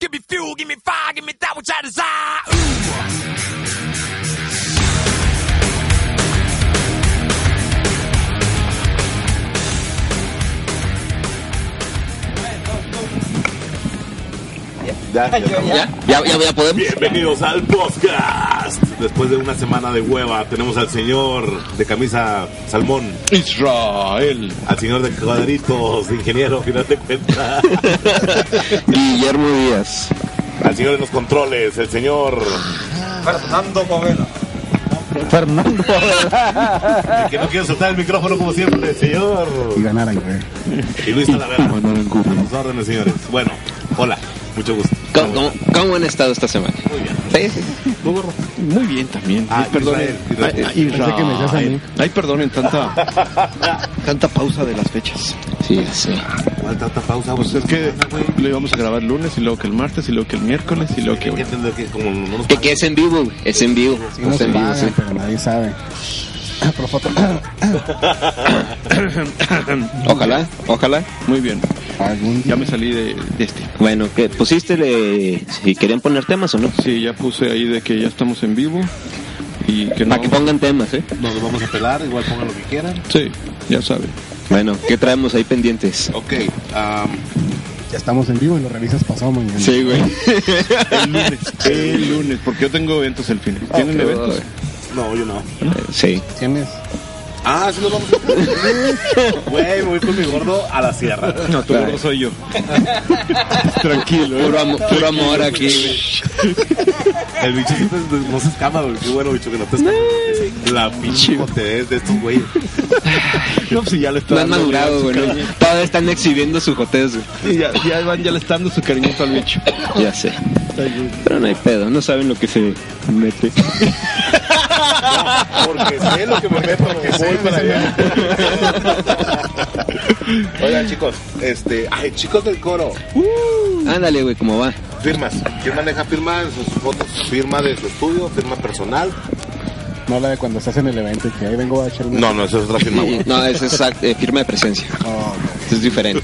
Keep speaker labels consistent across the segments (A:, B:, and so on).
A: Give me fuel, give me fire, give me that which I desire.
B: Ya, ya, estamos.
C: ¿Ya? ¿Ya, ya, ya podemos?
B: Bienvenidos al podcast. Después de una semana de hueva, tenemos al señor de camisa salmón,
D: Israel.
B: al señor de cuadritos, ingeniero, final de cuentas,
C: Guillermo Díaz.
B: al señor de los controles, el señor
E: Fernando Poveda.
F: Fernando
B: el que no quiere soltar el micrófono como siempre, el señor
F: y ganaran, güey.
B: y Luis Talavera.
D: Mandaron en Cuba.
B: Sus órdenes, señores. Bueno, hola, mucho gusto.
C: ¿Cómo, cómo, cómo han estado esta semana?
B: Muy bien.
C: Sí, sí, sí.
D: Muy bien también.
B: Ah,
D: Ay, perdonen.
B: Israel, Israel.
D: Ay, ay,
F: Pensé que me decías a mí.
D: Ay, perdonen tanta, tanta pausa de las fechas.
C: Sí, ya sé.
B: ¿Cuál tanta pausa?
D: Pues es que lo íbamos a grabar lunes y luego que el martes y luego que el miércoles y luego que
B: que
D: hoy.
B: entender que como no nos
C: Que, que es en vivo, güey. Es en vivo.
F: Sí nos
C: es en vivo,
F: pagan,
C: sí.
F: pero nadie sabe. Por foto.
C: Ojalá, ojalá.
D: Muy bien.
F: Algún
D: Ya
F: día.
D: me salí de, de este.
C: Bueno, ¿qué pusiste le- si querían poner temas o no?
D: Sí, ya puse ahí de que ya estamos en vivo y Ah, que no.
C: Para que pongan temas, ¿eh?
B: nos vamos a pelar, igual pongan lo que quieran.
D: Sí, ya saben.
C: Bueno, ¿qué traemos ahí pendientes?
B: Ok, am,
F: Ya estamos en vivo y lo revisas pasado mañana.
C: Sí, güey.
D: El lunes. El lunes, porque yo tengo eventos el fin. ¿Tienen eventos?
B: no, yo no.
C: Sí.
F: ¿Tienes?
B: Ah, sí nos vamos a hacer. Güey, me voy con mi gordo a la sierra.
D: No, tu gordo soy yo. Tranquilo,
C: Puro, amo- puro amor aquí, güey.
B: El bicho sí te- no se escama, güey. Qué bueno, bicho, que no te escama. La pinche botellez de estos güeyes.
D: No, pues, ya le está
C: No han
D: dando
C: madurado,
D: su
C: güey. ¿no?
D: cariño.
C: Todavía están exhibiendo su jotez, güey.
D: Sí, Ya, ya van, ya le está dando su cariñito al bicho.
C: Ya sé. Pero no hay pedo, no saben lo que se mete.
B: Porque sé lo que me meto, porque voy para allá. Oigan, chicos, este. Ay, chicos del coro,
C: Ándale, güey, ¿cómo va?
B: firmas. ¿Quién maneja firma en sus fotos? Firma de su estudio, firma personal.
F: No la de cuando estás en el evento y que ahí vengo a echar una.
B: No, no, esa es otra firma, güey.
C: No, es exacto, eh, firma de presencia.
F: Oh,
C: Es diferente.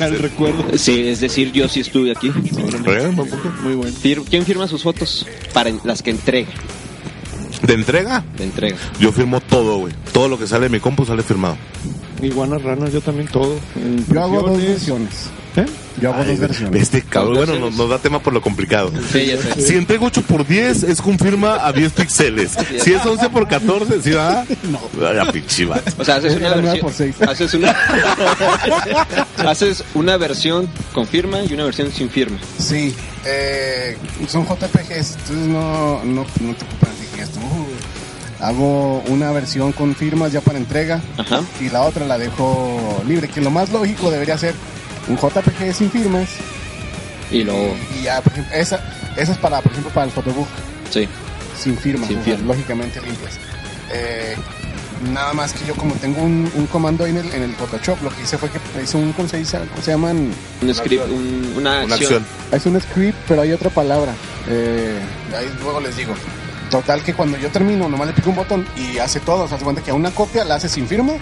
D: Al recuerdo.
C: Sí, es decir, yo sí estuve aquí.
D: Muy bueno.
C: Fir- ¿Quién firma sus fotos? Para en- las que entrega.
B: ¿De entrega?
C: De entrega.
B: Yo firmo todo, güey. Todo lo que sale de mi compu sale firmado.
D: Iguanas, ranas, yo también todo.
F: yo hago dos versiones.
D: ¿Eh?
F: Yo hago dos versiones.
B: Este cabrón, bueno, nos, nos da tema por lo complicado.
C: Sí, ya sé.
B: Si entrego 8 por 10 es con firma a 10 píxeles. Si es 11 por 14, ¿sí va? No. La pinche vato.
C: O sea, haces
F: Es
C: una
F: la nueve
C: versión.
F: por seis.
C: Haces una. haces una versión con firma y una versión sin firma.
F: Sí. Eh, son JPGs, entonces no, no, no te ocupas de que esto. uh, Hago una versión con firmas ya para entrega
C: Ajá.
F: y la otra la dejo libre, que lo más lógico debería ser un JPG sin firmas
C: Y luego.
F: y ya, por ejemplo, esa, esa es para, por ejemplo, para el photobook.
C: Sí.
F: sin firma,
C: Sin
F: o sea,
C: firma.
F: lógicamente pues, limpias. Eh, nada más que yo como tengo un, un comando ahí en el, en el Photoshop, lo que hice fue que hice un, ¿cómo se, dice? ¿Cómo se llaman?
C: Un script, un- una,
B: Una
C: acción.
B: acción.
F: Es un script, pero hay otra palabra. Eh, ahí luego les digo. Total que cuando yo termino, nomás le pico un botón y hace todo. O sea, se cuenta que a una copia la hace sin firma,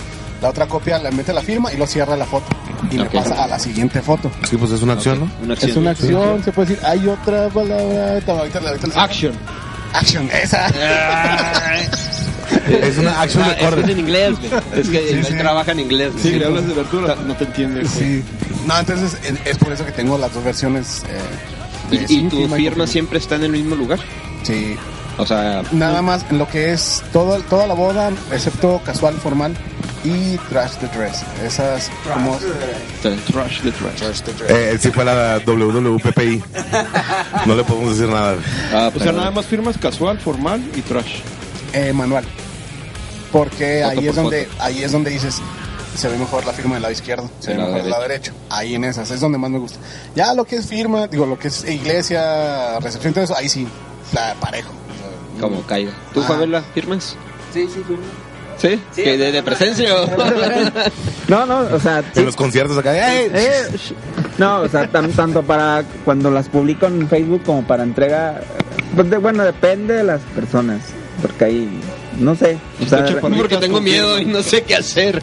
F: la otra copia la mete la firma y lo cierra la foto. Y me
C: Ok.
F: pasa a la siguiente foto.
B: Sí, pues es una acción, ¿no?
C: Una acción.
F: Es una acción, se puede decir, hay otra palabra. Ahorita- ahorita les-
D: Action.
F: Action, Ah. esa.
B: Es una action
C: Ah, es que es
B: record.
C: en inglés, güey. Es que él trabaja en inglés. güey.
D: Sí, le hablas de verdura, no te entiendes.
F: Sí. No, entonces es, es por eso que tengo las dos versiones. eh, de
C: ¿Y, y
F: sin
C: tu
F: y
C: firma
F: con
C: siempre está en el mismo lugar?
F: Sí.
C: O sea,
F: Nada más en lo que es todo, toda la boda, excepto casual, formal y trash the dress. Esas como.
D: Trash de trash.
F: Trash the dress.
B: Eh, él sí fue a la WWPPI. No le podemos decir nada.
C: ah,
D: O sea,
C: pero-
D: nada más firmas casual, formal y trash.
F: Eh, manual. Porque
C: Foto
F: ahí
C: por
F: es donde ahí es donde dices se ve mejor la firma del lado izquierdo, se
C: Del
F: ve
C: lado
F: mejor del lado derecho. Ahí en esas es donde más me gusta. Ya lo que es firma, digo lo que es iglesia, recepción, todo eso, ahí sí, la parejo.
C: Como caiga. ¿Tú,
F: Ah.
C: Fabela, firmas?
G: Sí, sí, firmo.
C: ¿Sí, que de, de presencia. o-
G: No, no, o sea,
B: En los conciertos acá, ¡eh!
G: eh, sh- no, o sea, tan- tanto para cuando las publico en Facebook como para entrega, eh, pues de- bueno, depende de las personas, porque ahí, no sé, o sea,
D: Está chaparrito.
C: Porque tengo miedo y no sé qué hacer.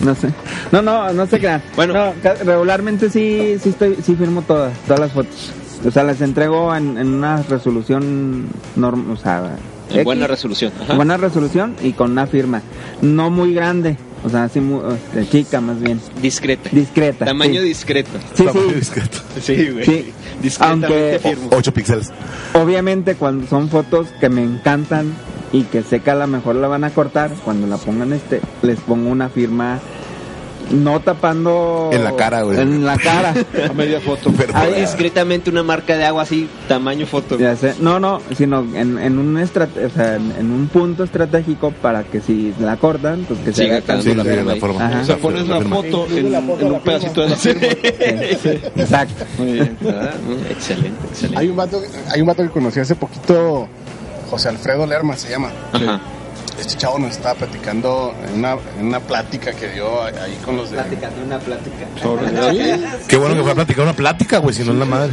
G: no sé, no, no, no se crean,
C: Bueno.
G: bueno, regularmente sí, sí estoy, sí firmo todas, todas las fotos, O sea, las entrego en, en una resolución normal, o sea,
C: En
G: X,
C: buena resolución. Ajá.
G: buena resolución y con una firma. No muy grande, o sea, así mu- este, chica más bien.
C: Discreta.
G: Discreta.
C: Tamaño
G: sí.
C: discreto.
G: Sí,
H: Está muy
G: sí.
H: discreto.
C: Sí, güey.
G: Sí.
C: Discretamente
G: Aunque-
C: firmo.
H: 8 píxeles.
G: Obviamente cuando son fotos que me encantan y que sé que a lo mejor la van a cortar, cuando la pongan este, les pongo una firma no tapando
H: En la cara, güey.
G: En la cara.
D: A media foto.
H: Pero
G: Ahí
H: bueno,
C: Discretamente una marca de agua así, tamaño foto.
G: Ya sé. No, no, sino en, en un estrate- o sea, en, en un punto estratégico para que si la cortan, pues que se
C: Siga
G: haga tan-
H: sí, la
C: la
H: de
C: firma
H: la
C: ahí.
H: forma.
G: Ajá.
D: O sea, pones la
H: firma.
D: foto en,
F: la foto
D: en
F: a la
D: un pedacito de la firma.
G: Exacto.
C: Muy bien. Ah, mm, Excelente,
F: Hay
C: excelente.
F: un, vato, hay un vato que conocí hace poquito, José Alfredo Lerma se llama.
C: Ajá.
F: Este chavo nos estaba platicando en una, en una plática que dio ahí con los de...
G: una plática.
H: Qué bueno que fue a platicar una plática, güey, si no es la madre.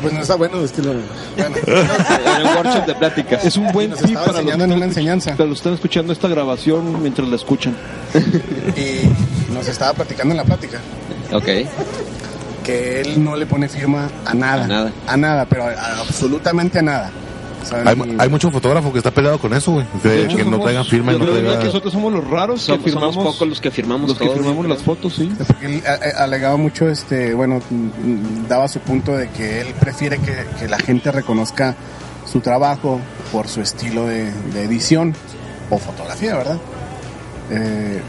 F: Pues no está bueno, es que lo... Bueno,
C: Era un workshop de pláticas.
D: Es un buen
F: nos
D: tip
F: estaba
D: para los
F: enseñando en una enseñanza.
D: Pero están escuchando esta grabación mientras la escuchan.
F: Y nos estaba platicando en la plática
C: Ok.
F: que él no le pone firma a nada.
C: A nada.
F: A nada, pero a- a absolutamente a nada. O sea,
H: Hay,
F: ni-
H: hay mucho fotógrafo que está peleado con eso, güey.
D: De
H: De
D: hecho,
H: que no
D: somos-
H: traigan firma y
D: yo
H: no
D: creo que
H: traigan.
D: nosotros somos los raros que
C: Somos,
D: firmamos.
C: pues somos pocos los que firmamos
D: los que
C: todos,
D: firmamos
C: yo
D: las
C: creo.
D: fotos, sí.
F: Porque él a- a- alegaba mucho, este, bueno, mm, mm, daba su punto de que él prefiere que, que la gente reconozca su trabajo por su estilo de, de edición o fotografía, ¿verdad? Eh,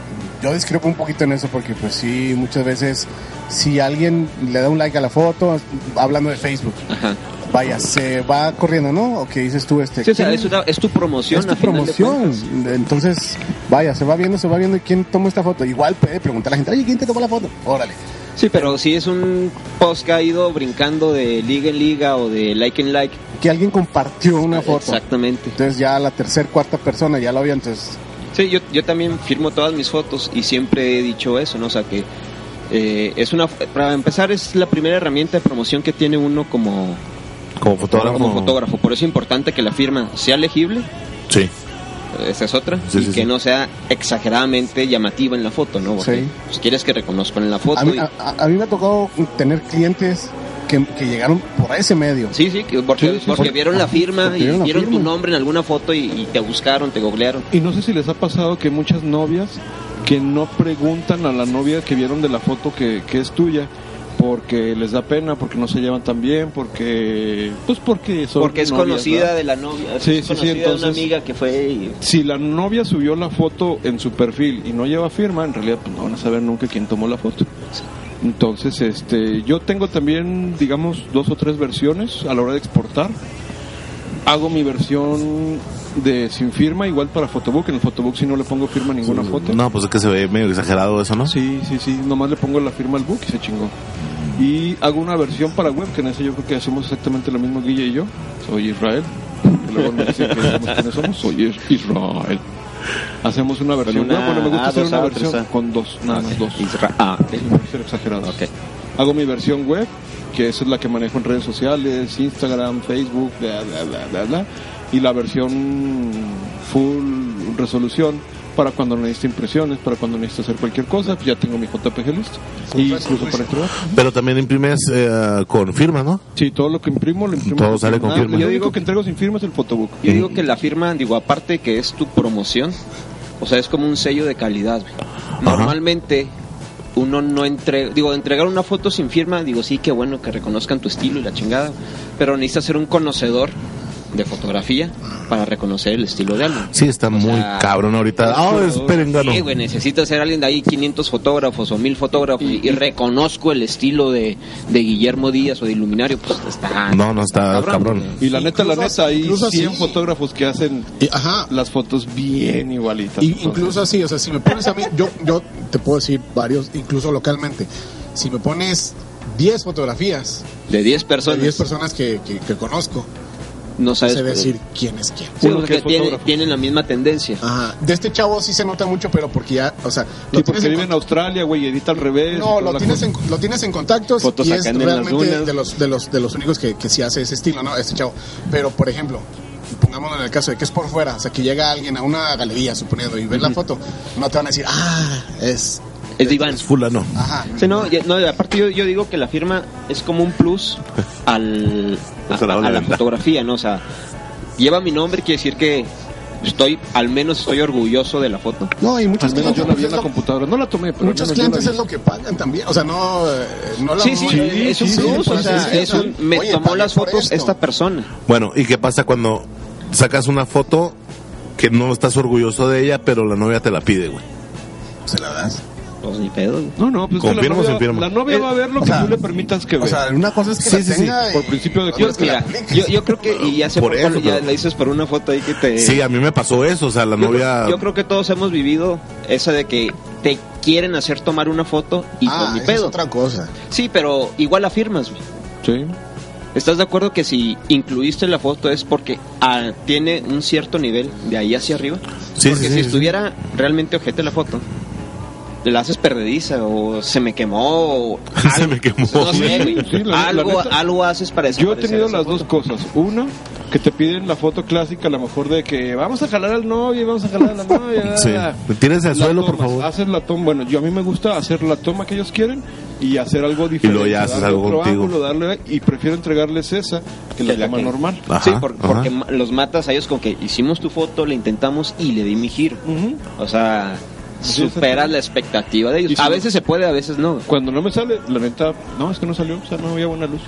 F: yo discrepo un poquito en eso porque pues sí, muchas veces si alguien le da un like a la foto, hablando de Facebook,
C: Ajá.
F: vaya, se va corriendo, ¿no? ¿O qué dices tú? Este,
C: Sí, o sea,
F: ¿quién-
C: es, una- es tu promoción.
F: es tu
C: a final de
F: promoción.
C: cuentas.
F: Entonces, vaya, se va viendo, se va viendo. ¿Y quién tomó esta foto? Igual puede preguntar a la gente, oye, ¿quién te tomó la foto? Órale.
C: Sí, pero si es un post que ha ido brincando de liga en liga o de like en like.
F: Que alguien compartió una foto.
C: Exactamente.
F: Entonces ya la tercera, cuarta persona ya lo había. Entonces,
C: Sí, yo, yo también firmo todas mis fotos y siempre he dicho eso, ¿no? O sea, que eh, es una. Para empezar, es la primera herramienta de promoción que tiene uno como,
H: Como
C: como,
H: fotógrafo.
C: fotógrafo. Por eso es importante que la firma sea legible,
H: Sí.
C: esa es otra,
H: Sí,
C: y
H: sí,
C: que
H: sí.
C: no sea exageradamente llamativa en la foto, ¿no? Porque
F: Sí.
C: pues, quieres que reconozcan en la foto.
F: a mí,
C: y-
F: a, a- a mí me ha tocado tener clientes que, que llegaron por ese medio.
C: Sí, sí, que- porque,
D: Sí, sí,
C: porque
F: por-
C: vieron la firma
F: porque
C: y
F: vieron la
C: vieron tu
F: firma.
C: nombre en alguna foto y, y te buscaron, te googlearon.
D: Y no sé si les ha pasado que muchas novias que no preguntan a la novia que vieron de la foto que, que es tuya porque les da pena, porque no se llevan tan bien, porque pues porque son
C: Porque es
D: novias,
C: conocida
D: ¿verdad?
C: de la novia,
D: Sí,
C: es
D: sí, sí,
C: conocida de
D: entonces-
C: una amiga que fue y...
D: Si la novia subió la foto en su perfil y no lleva firma, en realidad pues, no van a saber nunca quién tomó la foto. Entonces, este, yo tengo también, digamos, dos o tres versiones a la hora de exportar. Hago mi versión de sin firma, igual para Photobook. En el Photobook si no le pongo firma a ninguna foto.
H: No, pues es que se ve medio exagerado eso, ¿no?
D: Sí, sí, sí, nomás le pongo la firma al book y se chingó.
C: Mm.
D: Y hago una versión para web, que en ese yo creo que hacemos exactamente lo mismo Guille y yo. Soy Israel. que Luego nos dicen que somos quiénes somos, soy Is- Israel. Hacemos una versión
C: una
D: web, bueno, me gusta
C: A,
D: hacer
C: dos
D: una
C: A,
D: versión
C: tres A.
D: con dos, nada más dos. Por ser exagerado.
C: ah, Ok.
D: Hago mi versión web, que esa es la que manejo en redes sociales, Instagram, Facebook, bla, bla, bla, bla, bla. Y la versión full resolución para cuando necesite impresiones, para cuando necesite hacer cualquier cosa, pues ya tengo mi JPG listo. Y incluso para el trabajo.
H: Pero también imprimes eh, con firma, ¿no?
D: Sí, todo lo que imprimo lo imprimo.
H: Todo sale con
D: Ah,
H: firma.
D: Yo digo que entrego sin firma es el photobook.
C: Yo digo que la firma, digo, aparte que es tu promoción, o sea, es como un sello de calidad. güey. Normalmente uno no entrega, digo, entregar una foto sin firma, digo, sí, qué bueno que reconozcan tu estilo y la chingada, pero necesitas ser un conocedor de fotografía para reconocer el estilo de alguien.
H: Sí, está muy
C: sea,
H: cabrón ahorita. Ah, es perengano.
C: Sí, güey, necesitas ser alguien de ahí, 500 fotógrafos o 1000 fotógrafos, y, y reconozco el estilo de, de Guillermo Díaz o de Iluminario, pues está...
H: No, no está cabrón.
D: Y la neta, la
F: Incluso-
D: neta, hay
F: incluso
D: 100
F: así.
D: fotógrafos que hacen
F: Y- ajá.
D: las fotos bien igualitas.
F: Y- incluso así, o sea, si me pones a mí, yo, yo te puedo decir varios, incluso localmente. Si me pones 10 fotografías
C: De 10
F: de
C: personas,
F: 10 personas que, que- que conozco,
C: no sabes...
F: sé
C: güey.
F: decir quién es quién.
C: Sí,
D: Uno
C: porque
D: que es
C: tiene-
D: fotógrafo.
C: tienen la misma tendencia.
F: Ajá. De este chavo sí se nota mucho, pero porque ya, o sea, lo
D: Sí,
F: tienes
D: porque
F: en
D: vive en Australia, güey, edita al revés. y
F: No,
D: toda
F: lo
D: la
F: tienes,
D: cosa.
F: en, lo tienes en contactos
C: Fotos
F: y es
C: acá en las
F: realmente
C: dunas.
F: de los, de, los, de los únicos que, que sí hace ese estilo, ¿no? Este chavo. Pero, por ejemplo, pongámonos en el caso de que es por fuera, o sea, que llega alguien a una galería, suponiendo, y ve la foto, no te van a decir, ah, es...
C: Es de Iván.
B: Es fulano.
F: Ajá.
C: Sí, no, ya- no, aparte yo, yo digo que la firma es como un plus al, a,
H: Pues a la hora
C: a
H: de
C: la
H: vender.
C: fotografía, ¿no? O sea, lleva mi nombre, quiere decir que estoy, al menos estoy orgulloso de la foto.
F: No, y muchos
D: Al menos yo la vi en
F: clientes,
D: la
F: lo-
D: computadora. No la tomé, pero. al
F: muchos
D: menos yo la
F: clientes
D: vi.
F: es lo que pagan también. O sea, no, eh, no la
C: Sí, sí,
F: mueven.
C: es un
F: Sí, sí,
C: plus,
F: por
C: o
F: eso
C: sea,
F: dicen,
C: es un, me
F: "Oye,
C: tomó
F: pagué
C: las
F: por
C: fotos
F: esto".
C: esta persona.
B: Bueno, ¿y qué pasa cuando sacas una foto que no estás orgulloso de ella, pero la novia te la pide, güey?
F: Se la das.
C: Pues ni pedo. güey.
D: No, no, pues es que
B: Confirmo,
D: la novia,
B: confirmo.
D: la novia va a ver lo
F: o
D: que
F: sea,
D: tú le permitas que vea.
F: O sea, una cosa es que
B: Sí,
F: la
B: sí, sí,
F: tenga y-
D: por principio de
F: otra
C: Yo,
F: es que la
C: mira,
F: apliques.
C: yo, yo creo que, y ya sé
B: Por
C: por,
B: eso,
C: ya
B: pero-
C: la dices por una foto ahí que te...
B: Sí, a mí me pasó eso, o sea, la
C: Yo creo-
B: novia...
C: Yo creo que todos hemos vivido esa de que te quieren hacer tomar una foto y
F: ah,
C: con mi
F: esa es
C: pedo.
F: otra cosa.
C: Sí, pero igual la firmas, güey.
D: sí.
C: ¿Estás de acuerdo que si incluiste la foto es porque ah, tiene un cierto nivel de ahí hacia arriba?
B: Sí,
C: porque
B: sí,
C: si
B: sí, sí.
C: estuviera realmente ojete la foto, la haces perdediza o se me quemó o
B: Se me quemó.
C: no sé, güey.
D: Sí, la- la
C: algo,
D: neta.
C: algo haces para
D: Yo he
C: desaparecer
D: tenido
C: esa
D: las
C: foto.
D: dos cosas. Una, que te piden la foto clásica, a lo mejor de que vamos a jalar al novio, vamos a jalar a la novia.
B: Sí. Tírese al
D: La
B: suelo, por
D: tomas,
B: favor.
D: Haces la toma. Bueno, yo a mí me gusta hacer la toma que ellos quieren y hacer algo diferente.
B: luego ya haces
D: darle
B: algo
D: otro
B: contigo.
D: ángulo, darle- y prefiero entregarles esa que la
C: Que la
D: toma
C: que-
D: normal.
B: Ajá,
C: sí, por-
B: ajá.
C: porque ma- los matas a ellos con que hicimos tu foto, le intentamos y le di mi giro.
D: Ujú.
C: O sea,
D: Sí,
C: superas la expectativa de
D: Y
C: ellos.
D: si
C: A
D: no-
C: veces se puede, a veces no.
D: Cuando no me sale, la neta, no, es que no salió, o sea, no había buena luz.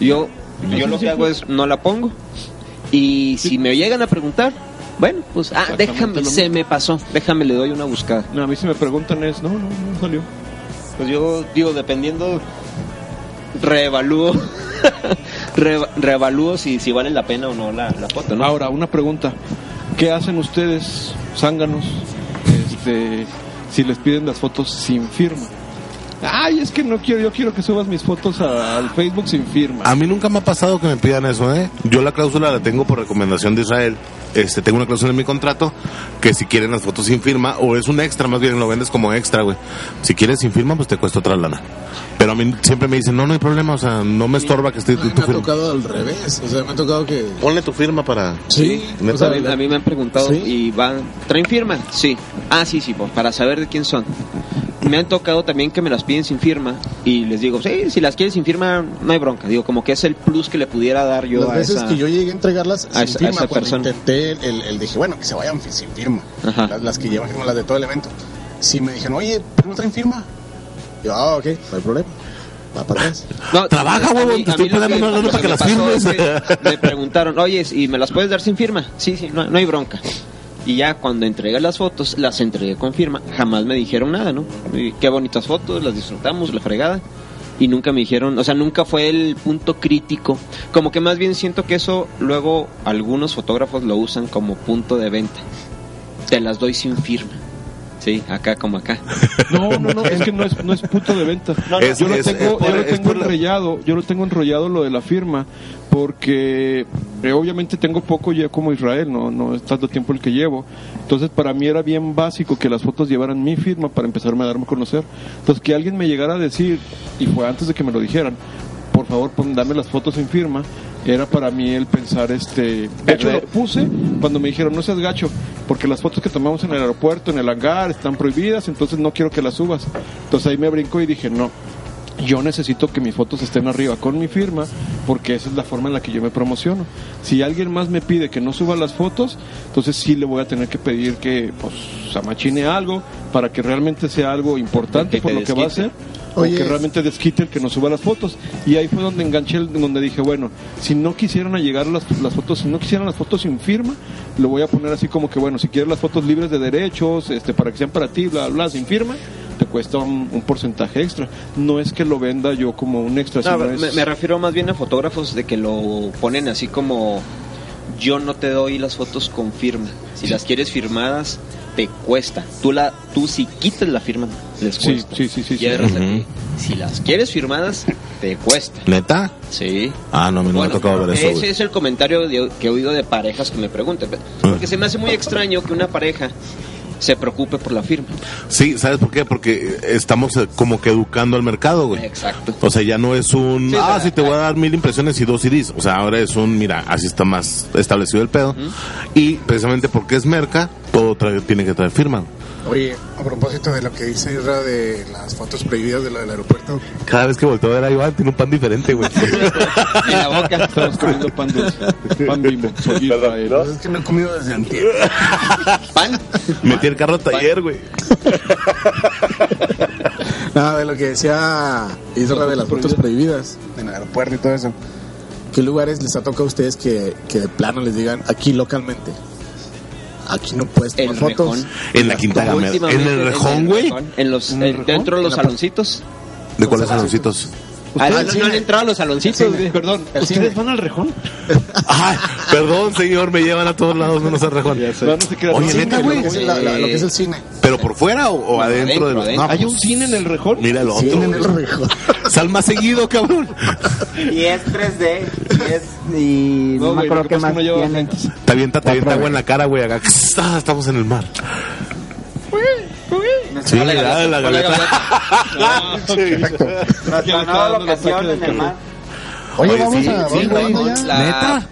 C: Yo,
D: Así
C: yo lo
D: de
C: que
D: simple.
C: hago es no la pongo. Y si me llegan a preguntar, bueno, pues, ah,
D: Exactamente lo
C: déjame,
D: mismo.
C: se me pasó, déjame, le doy una buscada.
D: No, a mí si me preguntan es, no, no, no salió.
C: Pues yo digo, dependiendo, reevalúo, re- reevalúo si, si vale la pena o no la, la foto, ¿no?
D: Ahora, una pregunta. ¿Qué hacen ustedes, zánganos, este, si les piden las fotos sin firma? Ay, es que no quiero, yo quiero que subas mis fotos a- al Facebook sin firma.
B: A mí nunca me ha pasado que me pidan eso, ¿eh? Yo la cláusula la tengo por recomendación de Israel. Este, tengo una cláusula en mi contrato que si quieren las fotos sin firma, o es un extra, más bien lo vendes como extra, güey. Si quieres sin firma, pues te cuesta otra lana. Pero a mí siempre me dicen, no, no hay problema, o sea, no me estorba que esté
I: A
B: tu,
I: mí
B: tu
I: me ha
B: firma.
I: tocado al revés. O sea, me ha tocado que.
B: Ponle tu firma para...
I: Sí,
B: neta.
I: o sea,
C: A mí, a mí me han preguntado
I: Sí.
C: y van, ¿traen firma? Sí. Ah, sí, sí, pues, para saber de quién son. Me han tocado también que me las piden sin firma y les digo, sí, si las quieres sin firma, no hay bronca. Digo, como que es el plus que le pudiera dar yo
F: Las
C: a
F: veces
C: esa...
F: que yo llegué a entregarlas
C: a esa-
F: sin
C: a
F: firma,
C: esa
F: cuando
C: persona.
F: intenté el, el- el dije, bueno, que se vayan fi- sin firma.
C: Ajá.
F: Las, las que llevan firma, las de todo el evento. Si me dijeron, oye, ¿por qué no traen firma? Yo, ah, ok, no hay problema. Va para atrás.
C: No,
B: Trabaja,
C: a mí-
B: huevón, te
C: a
B: estoy
C: mí lo
B: pagando una lana
C: lo
B: para que
C: me
B: las
C: pasó
B: firmes.
C: es que Me preguntaron, oye, ¿y me las puedes dar sin firma? Sí, sí, no, no hay bronca. Y ya cuando entregué las fotos, las entregué con firma. Jamás me dijeron nada, ¿no? Y qué bonitas fotos, las disfrutamos, la fregada. Y nunca me dijeron, o sea, nunca fue el punto crítico. Como que más bien siento que eso luego algunos fotógrafos lo usan como punto de venta. Te las doy sin firma. Sí, acá como acá.
D: No, no, no, es que no es, no es punto de venta.
B: no. Es-
D: yo lo
B: es-
D: tengo,
B: es por-
D: yo lo
B: es
D: tengo
B: por la-
D: enrollado, yo lo tengo enrollado lo de la firma, porque eh, obviamente tengo poco ya como Israel, no, no es tanto tiempo el que llevo. Entonces para mí era bien básico que las fotos llevaran mi firma para empezarme a darme a conocer. Entonces que alguien me llegara a decir, y fue antes de que me lo dijeran, por favor pon- dame las fotos sin firma. Era para mí el pensar este... De hecho, lo puse cuando me dijeron, no seas gacho, porque las fotos que tomamos en el aeropuerto, en el hangar, están prohibidas, entonces no quiero que las subas. Entonces ahí me brincó y dije, no, yo necesito que mis fotos estén arriba con mi firma porque esa es la forma en la que yo me promociono. Si alguien más me pide que no suba las fotos, entonces sí le voy a tener que pedir que pues amachine algo para que realmente sea algo
C: Que
D: importante
C: te
D: por lo que va a
C: desquite.
D: hacer o
F: Oye.
D: que realmente desquite el que no suba las fotos. Y ahí fue donde enganché, el- donde dije, bueno, si no quisieran llegar las, las fotos, si no quisieran las fotos sin firma, lo voy a poner así como que, bueno, si quieres las fotos libres de derechos, este, para que sean para ti, bla, bla, bla, sin firma, te cuesta un, un porcentaje extra. No es que lo venda yo como un extra,
C: No,
D: sino
C: me,
D: es-
C: me refiero más bien a fotógrafos de que lo ponen así como yo no te doy las fotos con firma. Si las quieres firmadas te cuesta. Tú la tú si quitas la firma les
D: Sí,
C: cuesta.
D: sí, sí, sí, sí.
C: Y hay raza que,
B: Ujú.
C: Si las quieres firmadas te cuesta.
B: ¿Neta?
C: Sí.
B: Ah, no, a mí no me
C: Bueno,
B: ha tocado ver eso,
C: Ese
B: güey.
C: es el comentario de- que he oído de parejas que me preguntan. Porque se me hace muy extraño que una pareja se preocupe por la firma.
B: Sí, ¿sabes por qué? Porque estamos eh, como que educando al mercado, güey.
C: Exacto.
B: O sea, ya no es un,
C: Sí,
B: ah,
C: o sea,
B: sí, te voy a dar mil impresiones y dos CDs. O sea, ahora es un, mira, así está más establecido el pedo. Y precisamente porque es merca, todo trae- tiene que traer firma.
I: Oye, a propósito de lo que dice Isra de las fotos prohibidas de lo del aeropuerto,
B: Cada vez que volteo a ver a Iván, tiene un pan diferente, güey.
C: En la boca.
D: Estamos comiendo pan dulce. Pan bimbo. Soy Israel.
I: pues es que no he comido desde antier.
C: Pan.
B: Metí el carro al taller, güey.
I: Nada, de lo que decía Isra de las fotos prohibidas en el aeropuerto y todo eso. ¿Qué lugares les ha tocado a ustedes que, que de plano les digan aquí localmente? Aquí no puedes tomar
C: El
I: fotos.
C: Rejón.
B: En la Quinta Gamera. En
C: Últimamente,
B: el rejón, güey.
C: En los,
I: ¿En el
C: eh,
I: Rejón?
C: dentro de los
I: En la-
C: saloncitos.
B: ¿De cuáles saloncitos?
C: Ah, no,
I: al
C: no han
I: cine.
C: entrado a los saloncitos, güey.
D: Perdón,
I: El cine.
D: ¿ustedes van al rejón?
B: Ay, perdón, señor, me llevan a todos lados menos al rejón.
D: No, no se crean.
B: Oye,
D: Sí,
B: neta,
D: güey.
B: güey.
I: Sí, la- la- lo que es el cine.
B: ¿Pero por fuera o, o adentro, de los
C: adentro,
B: no,
D: ¿Hay un
B: pues,
D: cine en el rejón?
B: Mira el
I: Cine
B: otro.
I: en el
B: güey.
I: Rejón.
B: Sal más seguido, cabrón.
G: Y es 3D. Y es. Y no,
D: No, güey,
G: me acuerdo
D: lo que
G: qué
D: pasa
G: más
D: es que no lleva
G: tienen.
D: lentes.
B: Te avienta, te avienta
G: Otra
B: agua
G: vez.
B: en la cara, güey. acá. Ah, Estamos en el mar. Sí,
C: Hola,
B: la de la
C: Hola,
B: gaveta.
D: Ya me está
G: Nuestra nueva
D: dando el ataque
G: locación
D: del
G: en el mar.
F: Oye,
B: Oye,
F: vamos
B: sí,
F: a.
B: sí,
F: vamos grabando
C: la-
F: ya.
C: la-
B: ¿Neta?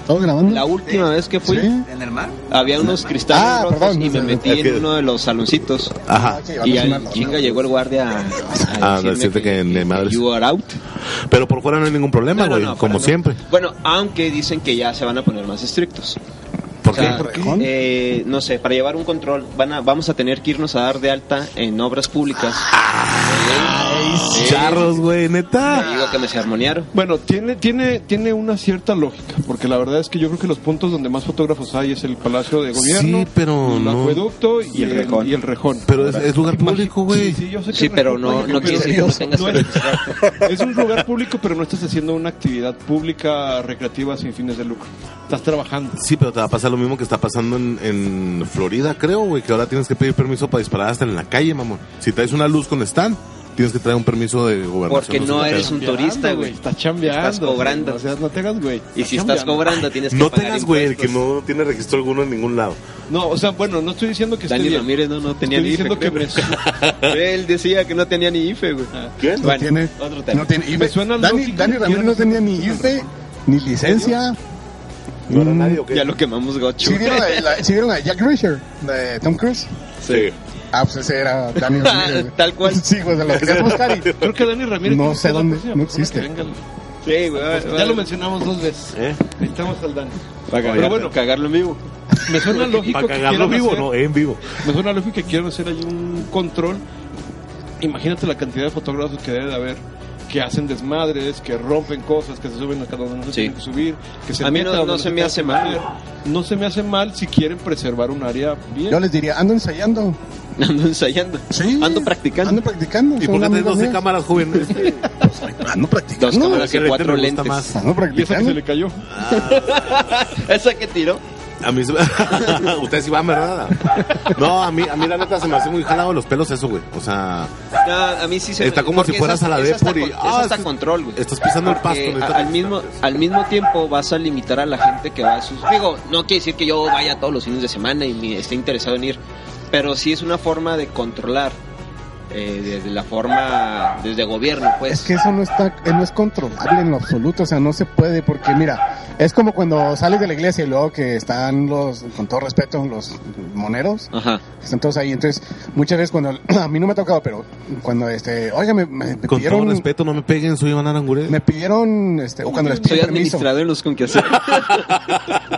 F: ¿Estamos grabando?
C: La última vez que fui,
F: Sí.
E: ¿En el mar?
C: había unos cristales
F: Ah,
C: rotos
F: perdón,
C: y me
F: no sé.
C: metí
B: Es que-
C: en uno de los saloncitos.
I: Ah,
B: Ajá.
F: Ok, vamos
C: Y
F: a
C: al
F: sumarlo.
C: chinga llegó el guardia a- a
B: Ah, no,
C: decirme
B: decirte que ni madres.
C: You are out.
B: Pero por fuera no hay ningún problema,
C: No, no,
B: güey.
C: no,
B: como
C: para-
B: siempre.
C: Bueno, aunque dicen que ya se van a poner más estrictos.
B: ¿Por
C: O sea,
B: qué?
C: eh, no sé, para llevar un control, van a, vamos a tener que irnos a dar de alta en obras públicas.
B: Ah.
C: Sí.
B: Charros, güey,
C: Te
B: neta.
C: digo que me se armoniaron.
D: Bueno, tiene, tiene, tiene una cierta lógica, porque la verdad es que yo creo que los puntos donde más fotógrafos hay es el Palacio de Gobierno,
B: Sí, pero
D: el
B: no.
D: acueducto y, el,
G: Rejón.
D: y el Rejón.
B: Pero es- es lugar
D: Imagi-
B: público, güey.
D: Sí, sí, yo sé que
C: Sí,
D: es
C: pero
D: Rejón,
C: no,
D: güey,
C: no quiere decir que no tengas
D: no
C: que
D: es,
C: registrarte.
D: es un lugar público, pero no estás haciendo una actividad pública recreativa sin fines de lucro. Estás trabajando.
B: Sí, pero te va a pasar lo mismo que está pasando en, en Florida, creo, güey, que ahora tienes que pedir permiso para disparar hasta en la calle, mamón. Si traes una luz con stand, tienes que traer un permiso de gobernación.
C: Porque no
B: sé qué
C: eres
B: pedo.
C: un turista, güey.
D: Estás chambeando.
C: Estás cobrando.
D: O sea, no te hagas, güey.
C: Y si estás
D: chambeando.
C: cobrando, tienes que
B: No
C: pagar
B: tengas, güey, el que
C: impuestos.
B: no tiene registro alguno en ningún lado.
D: No, o sea, bueno, no estoy diciendo que esté
C: Dani
D: bien.
C: Ramírez no, no tenía
D: Estoy
C: ni
D: diciendo
C: IFE.
D: que
C: creo.
D: me- Ah.
C: Él decía que no tenía ni IFE, güey.
I: No tiene.
C: otro tema.
I: No tiene. Y
D: Me suena
I: Dani,
D: lógico.
I: Dani Ramírez no tenía ni IFE, ni licencia. Mm,
B: ¿No era nadie o qué?
C: Mm, Ya lo quemamos, Gocho.
I: ¿Sí vieron la, la- sí vieron la de Jack Reacher? De Tom Cruise.
B: Sí.
I: Ah, pues ese era Dani Ramírez.
C: Tal cual.
I: Sí, pues de lo querías buscar y.
D: Creo que Dani Ramírez.
I: No
D: creo que
I: sé
D: es la
I: dónde,
D: próxima
I: no
D: persona que
I: existe.
D: venga al-
C: Sí, güey.
D: Ya lo mencionamos dos veces.
B: ¿Eh?
D: Necesitamos al Dani.
C: Pero bueno, cagarlo en vivo.
D: Me suena lógico
B: ¿Para
D: que
B: cagarlo
D: quieran
B: vivo o
D: hacer-
B: no? En vivo.
D: Me suena lógico que quieran hacer ahí un control. Imagínate la cantidad de fotógrafos que debe de haber que hacen desmadres, que rompen cosas, que se suben a cada uno no se
C: Sí.
D: tienen que subir, que se
C: A mí no-
D: metan
C: no
D: donde
C: se me
D: tengan
C: hace
D: que
C: mal.
D: meter. No se me hace mal si quieren preservar un área bien.
I: Yo les diría, ando ensayando.
C: Ando ensayando.
I: Sí.
C: Ando practicando.
I: Ando practicando.
F: Pues
B: ¿Y
I: son
B: por qué tenés
I: amigos
B: 12
I: míos.
B: cámaras, joven? Este,
I: Ando
C: Dos
I: practicando.
C: cámaras
B: que
C: y
B: le
C: cuatro
B: te gusta
C: lentes.
B: más.
I: Ando
D: y esa que se
I: practicando.
D: le cayó.
C: Esa que tiró.
B: A mí se... Ustedes sí van, ¿verdad? No, a mí, a mí la neta se me hace muy jalado de los pelos eso, güey. O sea,
C: No, a mí sí se
B: Está como
C: porque
B: si fueras
C: esa-
B: a la
C: esa está
B: Depor y-
C: con- esa
B: ah,
C: está
B: es-
C: control, güey.
B: estás pisando el pasto.
C: Porque a-
B: neta.
C: al, mismo, al mismo tiempo vas a limitar a la gente que va a sus... Digo, no quiere decir que yo vaya todos los fines de semana y me esté interesado en ir, pero sí es una forma de controlar eh, desde la forma, desde gobierno, pues.
F: Es que eso no está, eh, no es controlable en lo absoluto, o sea, no se puede porque mira, es como cuando sales de la iglesia y luego que están los, con todo respeto, los moneros,
C: Ajá.
F: están todos ahí, entonces muchas veces cuando, a mí no me ha tocado, pero cuando este, oiga, me, me- me
B: Con todo
F: pidieron,
B: respeto, no me peguen, soy Iván Arangure.
F: me pidieron, este, o cuando les
C: Soy
F: piden permiso,
C: administrador en los conquistadores.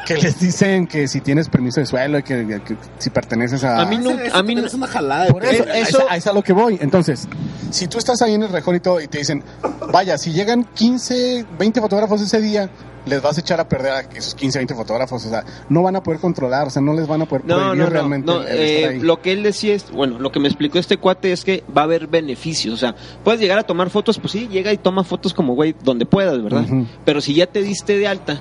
F: que les dicen que si tienes permiso de suelo y que, que- que si perteneces a...
C: A mí no- a mí no-
B: Es una jalada. de
F: Por eso,
C: Eh,
F: ahí
C: eso-
F: es- ahí es a lo que voy. Entonces, si tú estás ahí en el rejón y todo y te dicen, vaya, si llegan 15, 20 fotógrafos ese día, les vas a echar a perder a esos 15, 20 fotógrafos. O sea, no van a poder controlar, o sea, no les van a poder
C: No,
F: prohibir
C: no, no,
F: realmente
C: no,
F: el estar
C: eh,
F: ahí.
C: lo que él decía es, bueno, lo que me explicó este cuate es que va a haber beneficios, o sea, puedes llegar a tomar fotos, pues sí, llega y toma fotos como güey donde puedas, ¿verdad?
F: Ujú.
C: Pero si ya te diste de alta,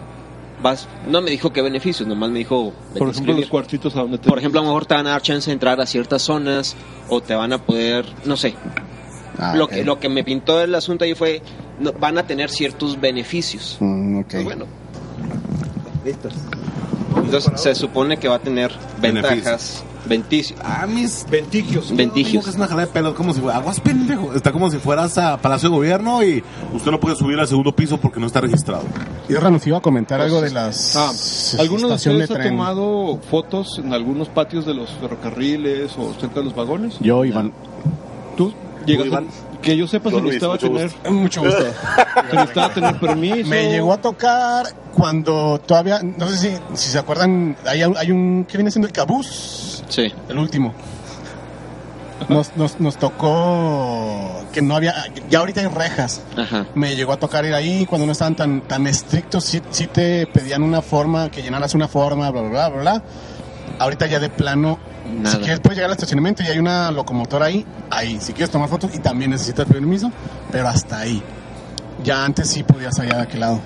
C: vas, no me dijo qué beneficios, nomás me dijo, vete
D: Por
C: a
D: ejemplo, los
C: escribir.
D: cuartitos a donde te
C: por ejemplo, a lo mejor te van a dar chance de entrar a ciertas zonas o te van a poder, no sé,
F: Ah,
C: lo
F: ok.
C: que lo que me pintó el asunto ahí fue, no, van a tener ciertos beneficios.
F: Mm, ok.
C: Pues bueno. Entonces se supone que va a tener ventajas, ventici-
B: Ah, mis
D: Ventigios.
C: ventigios.
B: Es una jalada de pelos, como si fuera aguas pendejo. Está como si fueras a Palacio de Gobierno y usted no puede subir al segundo piso porque no está registrado.
F: Yo renunció a comentar
C: Pues
F: algo de las.
D: Ah, ¿Alguno de
F: estación
D: ustedes ha
F: tren.
D: tomado fotos en algunos patios de los ferrocarriles o cerca de los vagones?
F: Yo, Iván.
D: ¿Tú llegas
H: Iván.
D: a- Que yo sepa si
H: Yo, Luis,
D: necesitaba
H: mucho
D: tener,
H: gusto.
F: Mucho gusto.
D: si necesitaba tener permiso.
F: Me llegó a tocar cuando todavía. No sé si, si se acuerdan. Hay, un- hay un. ¿Qué viene siendo el cabús?
C: Sí.
F: El último. Nos, nos, nos tocó que no había. Ya ahorita hay rejas.
C: Ajá.
F: me llegó a tocar ir ahí cuando no estaban tan tan estrictos sí, sí te pedían una forma que llenaras una forma bla bla bla bla, bla. ahorita ya de plano
C: Nada.
F: si quieres puedes llegar al estacionamiento y hay una locomotora ahí ahí si quieres tomar fotos y también necesitas permiso pero hasta ahí ya antes sí podías allá de aquel lado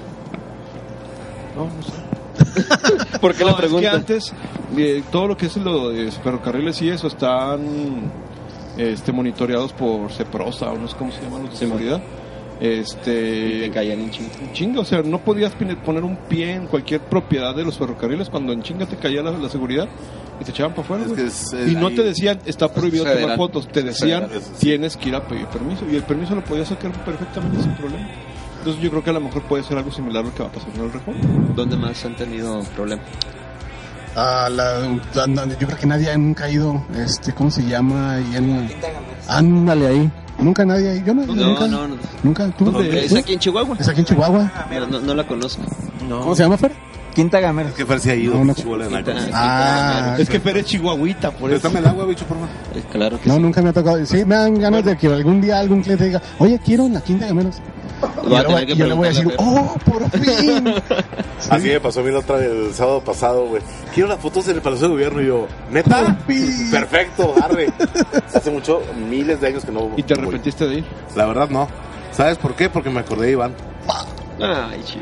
D: No, no sé.
C: ¿Por qué la
D: No, es que
C: pregunta?
D: antes eh, todo lo que es lo de ferrocarriles y eso están este monitoreados por Ceprosa o no sé cómo se llaman los de seguridad. Este
C: Te caían en chingo.
D: chinga, o sea, no podías pine- poner un pie en cualquier propiedad de los ferrocarriles cuando en chinga te caía la, la seguridad y te echaban para afuera.
H: Es
D: güey.
H: que es- es
D: y no
H: ahí.
D: te decían, está prohibido tomar
C: Federal.
D: fotos, te decían,
H: Federal, eso sí.
D: tienes que ir a pedir permiso. Y el permiso lo podías sacar perfectamente sin problema. Entonces yo creo que a lo mejor puede ser algo similar a lo que va a pasar en el reforma.
C: ¿Dónde más han tenido problemas?
F: Ah, la- la- no, yo creo que nadie ha nunca ido este cómo se llama ahí en ándale ahí nunca nadie ahí yo no, nunca
C: No, no, no.
F: nunca tú
D: ¿Dónde
C: Es aquí en Chihuahua.
F: es aquí en Chihuahua
C: No, no, no la conozco.
F: cómo se llama Fer
G: Quinta Gamera.
B: que Fer se ha ido.
F: No, no.
B: pinche bola de nacos.
C: Quinta-
F: ah
D: Es que Pérez Chihuahuita, por eso.
H: Préstame el agua, bicho, por favor.
C: Eh, Claro que
F: No,
C: sí.
F: nunca me ha tocado. Sí, me dan ganas de que algún día algún cliente diga, oye, quiero la quinta de menos. Y
C: Voy a
F: yo, le voy-
C: tener que
F: y yo le voy a decir,
C: preguntarle
F: oh, por fin.
B: Así me pasó a mí la otra el sábado pasado, güey. Quiero las fotos en el Palacio de Gobierno. Y yo, ¿neta?
F: Upi.
B: Perfecto, arre. Hace mucho, miles de años que no.
D: ¿Y te
B: voy.
D: arrepentiste de ir?
B: La verdad, no. ¿Sabes por qué? Porque me acordé de Iván.
C: a Pedro. Ay, chico.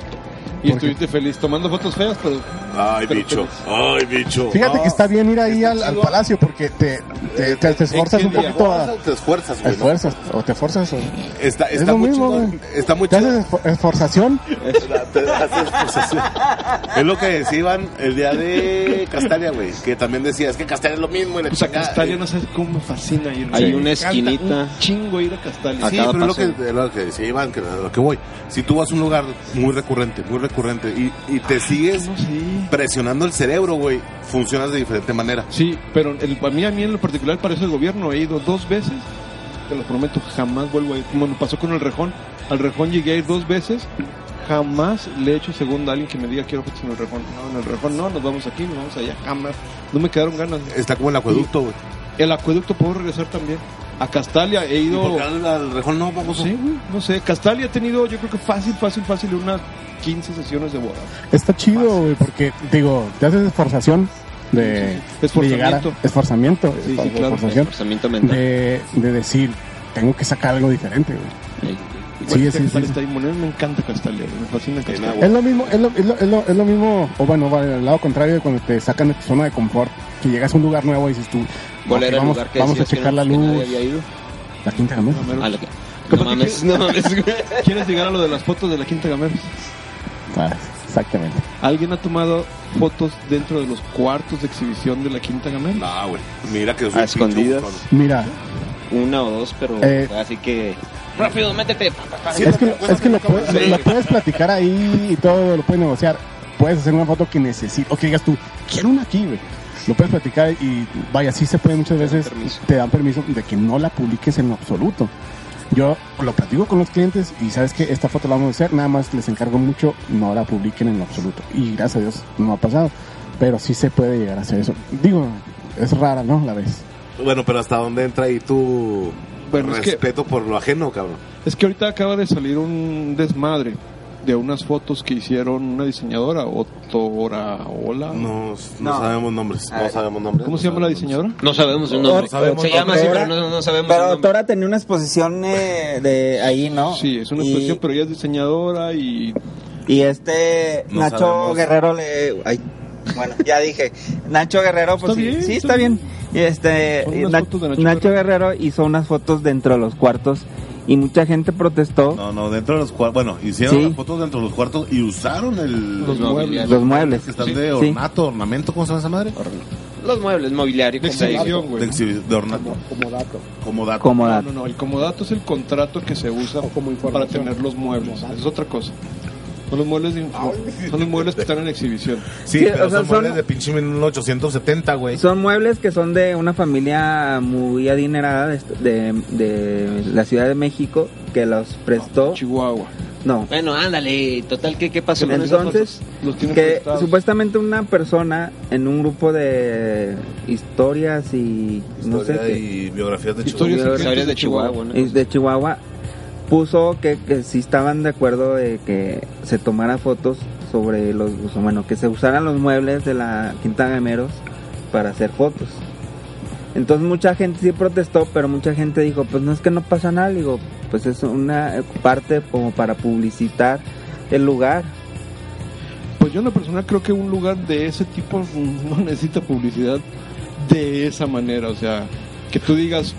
D: Y estuviste feliz tomando fotos feas, pero
B: Ay,
D: Pero
B: bicho.
D: feliz.
B: Ay, bicho.
F: Fíjate que está bien ir ahí
B: Está
F: al, al
B: chido.
F: palacio porque te, te, te- te esforzas
D: qué
F: un
D: día?
F: poquito a...
B: Te esfuerzas,
F: Te
B: güey. ¿no?
F: esfuerzas, o te esforzas, o...
B: Está,
F: Es
B: está
F: lo
B: muy
F: mismo,
B: chido.
F: güey.
B: Está muy
F: ¿Te
B: chido.
F: haces esfor- esforzación?
B: Te haces forzación. Es lo que decía Iván el día de Castalia, güey. Que también decía, es que Castalia es lo mismo. Y la
D: pues a
B: chingada.
D: Castalia no sabes cómo me fascina ir.
C: Hay
D: Me
C: una
D: encanta
C: esquinita.
D: Un chingo ir a Castalia.
C: a
B: sí,
C: cada
B: pero es
C: paseo.
B: lo que, lo que decía Iván, que a lo que voy. Si tú vas a un lugar muy recurrente, muy recurrente, y, y te sigues
D: No sé.
B: presionando el cerebro, güey, funcionas de diferente manera.
D: Sí, pero el, a, mí, a mí en lo particular para eso el gobierno he ido dos veces. Te lo prometo, jamás vuelvo a ir. Como me pasó con el Rejón. Al Rejón llegué a ir dos veces. Jamás le he hecho segunda a alguien que me diga quiero fotos en el Rejón. No, en el Rejón no, nos vamos aquí, nos vamos allá. Jamás. No me quedaron ganas.
B: Está como el acueducto, güey.
D: El acueducto puedo regresar también. A Castalia he
B: ¿Y
D: ido...
B: por qué al, al rejón no vamos?
D: Sí, güey, no sé. Castalia ha tenido, yo creo que fácil, fácil, fácil, unas 15 sesiones de boda.
F: Está chido, güey, porque, digo, te haces esforzación de... de llegar a-
D: Esforzamiento.
F: esforzamiento,
D: Sí, sí, claro.
F: esforzación,
C: Forzamiento mental.
F: de, de decir, tengo que sacar algo diferente, güey.
C: Ey.
F: Sí,
D: Bueno,
F: sí,
D: Castalia
F: sí.
D: está ahí, Monero, me encanta Castalia, güey, me fascina Castalia.
F: Es lo mismo, es lo, es lo- es lo- es lo mismo, o bueno, va al lado contrario de cuando te sacan de tu zona de confort, que llegas a un lugar nuevo y dices tú,
C: ¿Cuál
F: "Ok,
C: era el
F: vamos,
C: lugar que
F: vamos a
C: decías que
F: checar
C: no-
F: la
C: que nadie
F: luz,
C: había ido?
F: la quinta gamera.
D: Gamero.
C: Ah, la que- No
D: Capaz que
C: mames, no mames, güey.
D: ¿Quieres llegar a lo de las fotos de la Quinta Gamera?
F: Ah, exactamente.
D: ¿Alguien ha tomado fotos dentro de los cuartos de exhibición de la Quinta Gamera?
B: No, güey. Mira que es
C: A escondidas.
F: Mira,
C: Una o dos, pero
F: Eh.
C: así que. Rápido, métete. pa, pa, pa.
F: es que, es que lo, puedes, lo- lo puedes platicar ahí y todo, lo puedes negociar, puedes hacer una foto que necesites, o que digas tú, quiero una aquí, güey. Lo puedes platicar y vaya, sí se puede muchas veces,
C: permiso.
F: te dan permiso de que no la publiques en lo absoluto. Yo lo platico con los clientes y sabes que esta foto la vamos a hacer, nada más les encargo mucho, no la publiquen en lo absoluto. Y gracias a Dios no ha pasado, pero sí se puede llegar a hacer eso. Digo, es rara, ¿no? La vez.
B: Bueno, pero ¿hasta dónde entra ahí tu
D: Bueno, es que-
B: respeto por lo ajeno, cabrón?
D: Es que ahorita acaba de salir un desmadre de unas fotos que hicieron una diseñadora, Otora Ola.
B: No, no,
J: No.
B: sabemos nombres. No
J: Ay.
B: sabemos nombres.
D: Ah, ¿Cómo
B: no
D: se llama
B: sabemos nombres.
D: la diseñadora?
C: No sabemos un nombre.
G: No
B: sabemos
C: Se llama así,
G: nombre.
C: pero no, no sabemos un
G: Pero
C: nombre.
G: Tora tenía una exposición eh, de ahí, ¿no?
D: Sí, es una
G: Y-
D: exposición, pero ella es diseñadora y
G: Y este
B: No
G: Nacho
B: sabemos.
G: Guerrero le. Ay, bueno, ya dije. Nacho Guerrero, pues
D: Está
G: sí,
D: bien,
G: sí,
D: está
G: está bien. Y este,
D: Son unas
G: Na-
D: fotos de Nacho
G: Nacho, Guerrero. hizo unas fotos dentro de los cuartos y mucha gente protestó
B: No, no, dentro de los cuartos. Bueno, hicieron
G: Sí.
B: las fotos dentro de los cuartos y usaron el.
D: Los muebles.
G: los muebles.
B: que están
G: Sí.
B: de ornato, ornamento, ¿cómo se llama esa madre?
C: Los muebles, mobiliario.
D: de
C: como se dice.
D: exhibición,
B: De,
D: güey.
B: exhibi- de ornato.
I: como dato.
B: Como dato.
G: Como
D: No,
G: la-
D: no, no, el comodato es el contrato que se usa
I: O como
D: para
I: información.
D: tener los muebles, es otra cosa. Son los muebles, de- son los muebles que están en exhibición.
B: Sí,
G: Sí,
B: pero
G: o sea,
B: son
G: son-
B: muebles de pinche 1870, güey.
G: Son muebles que son de una familia muy adinerada de, de, de la Ciudad de México que los prestó.
D: Chihuahua.
G: No,
C: Bueno, ándale, total, ¿qué, qué pasó con esas
G: entonces
D: Los tienen
G: que
D: prestados.
G: supuestamente una persona en un grupo de historias y no sé
B: Historia
G: qué.
B: y biografías de
D: Historias
B: Chihuahua.
C: fotos?
D: secretas
C: Sabrías de Chihuahua, ¿no?
G: es de Chihuahua puso que, que si estaban de acuerdo de que se tomara fotos sobre los bueno que se usaran los muebles de la Quinta Gameros para hacer fotos entonces mucha gente sí protestó pero mucha gente dijo pues no es que no pasa nada digo pues es una parte como para publicitar el lugar
D: Pues yo en lo personal creo que un lugar de ese tipo no necesita publicidad de esa manera. O sea, que tú digas,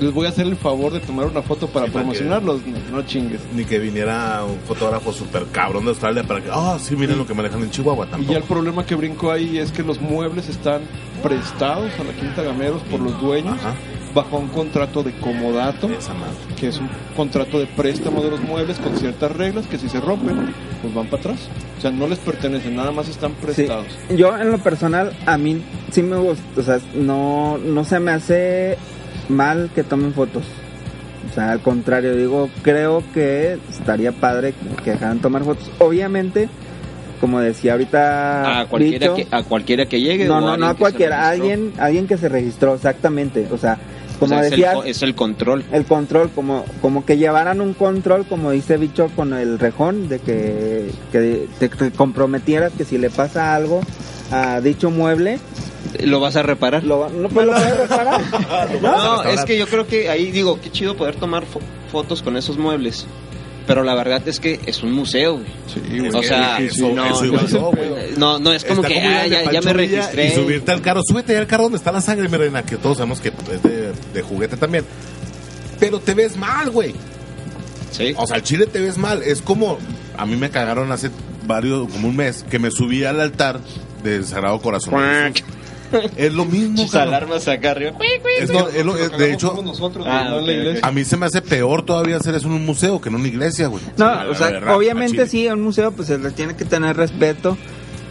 D: les voy a hacer el favor de tomar una foto para
B: Sí, para
D: promocionarlos. No, no chingues.
B: Ni que viniera un fotógrafo súper cabrón de Australia para que, ah, sí, miren lo que manejan en Chihuahua
D: Y ya el
B: tampoco.
D: problema que brinco ahí es que los muebles están prestados a la Quinta Gameros por los dueños
B: Ajá.
D: bajo un contrato de comodato,
B: Esa madre.
D: que es un contrato de préstamo de los muebles con ciertas reglas que si se rompen, pues van para atrás. O sea, no les pertenecen, nada más están
G: Sí.
D: prestados.
G: Yo en lo personal a mí sí me gusta, o sea, no no se me hace mal que tomen fotos. O sea, al contrario, digo, creo que estaría padre que dejaran tomar fotos. Obviamente, como decía ahorita
C: A cualquiera,
G: Bicho,
C: que, a cualquiera que llegue. o
G: ah, No, no,
C: alguien
G: no a
C: que se
G: cualquiera, a
C: registró.
G: alguien alguien que se registró exactamente, o sea,
C: O
G: como
C: sea, es el
G: decía
C: co- es el control.
G: el control, como, como que llevaran un control, como dice Bicho con el rejón, de que, que te, te comprometieras que si le pasa algo a dicho mueble,
C: ¿Lo vas a reparar?
G: lo, no, pues lo vas a reparar.
C: Ah, No, es que yo creo que ahí digo, qué chido poder tomar fo- fotos con esos muebles. Pero la verdad es que es un museo, güey.
D: Sí,
B: Es
C: O
B: que
C: sea,
B: eso-
C: no,
B: eso iba yo, güey.
C: No, no es como
B: Está
C: que
B: ir
C: ah,
B: al de
C: ya, ya me
B: Pancho Villa
C: registré.
B: Y subirte al carro, súbete al carro donde está la sangre, mi reina, que todos sabemos que es de, de juguete también. Pero te ves mal, güey.
C: Sí.
G: Oh,
B: O sea, al chile te ves mal. Es como, a mí me cagaron hace varios, como un mes, que me subí al altar del Sagrado Corazón. de Jesús. es lo mismo,
C: Muchas
B: cabrón.
C: alarmas acá arriba.
B: Es lo- es lo- es- de hecho,
D: Somos nosotros,
C: Ah,
D: no en la
C: ok, ok.
D: iglesia.
B: a mí se me hace peor todavía hacer eso en un museo que en una iglesia, güey. Sí,
G: No,
B: la
G: o sea,
B: verdad, a
G: obviamente
B: chile.
G: sí, un museo pues se le tiene que tener respeto,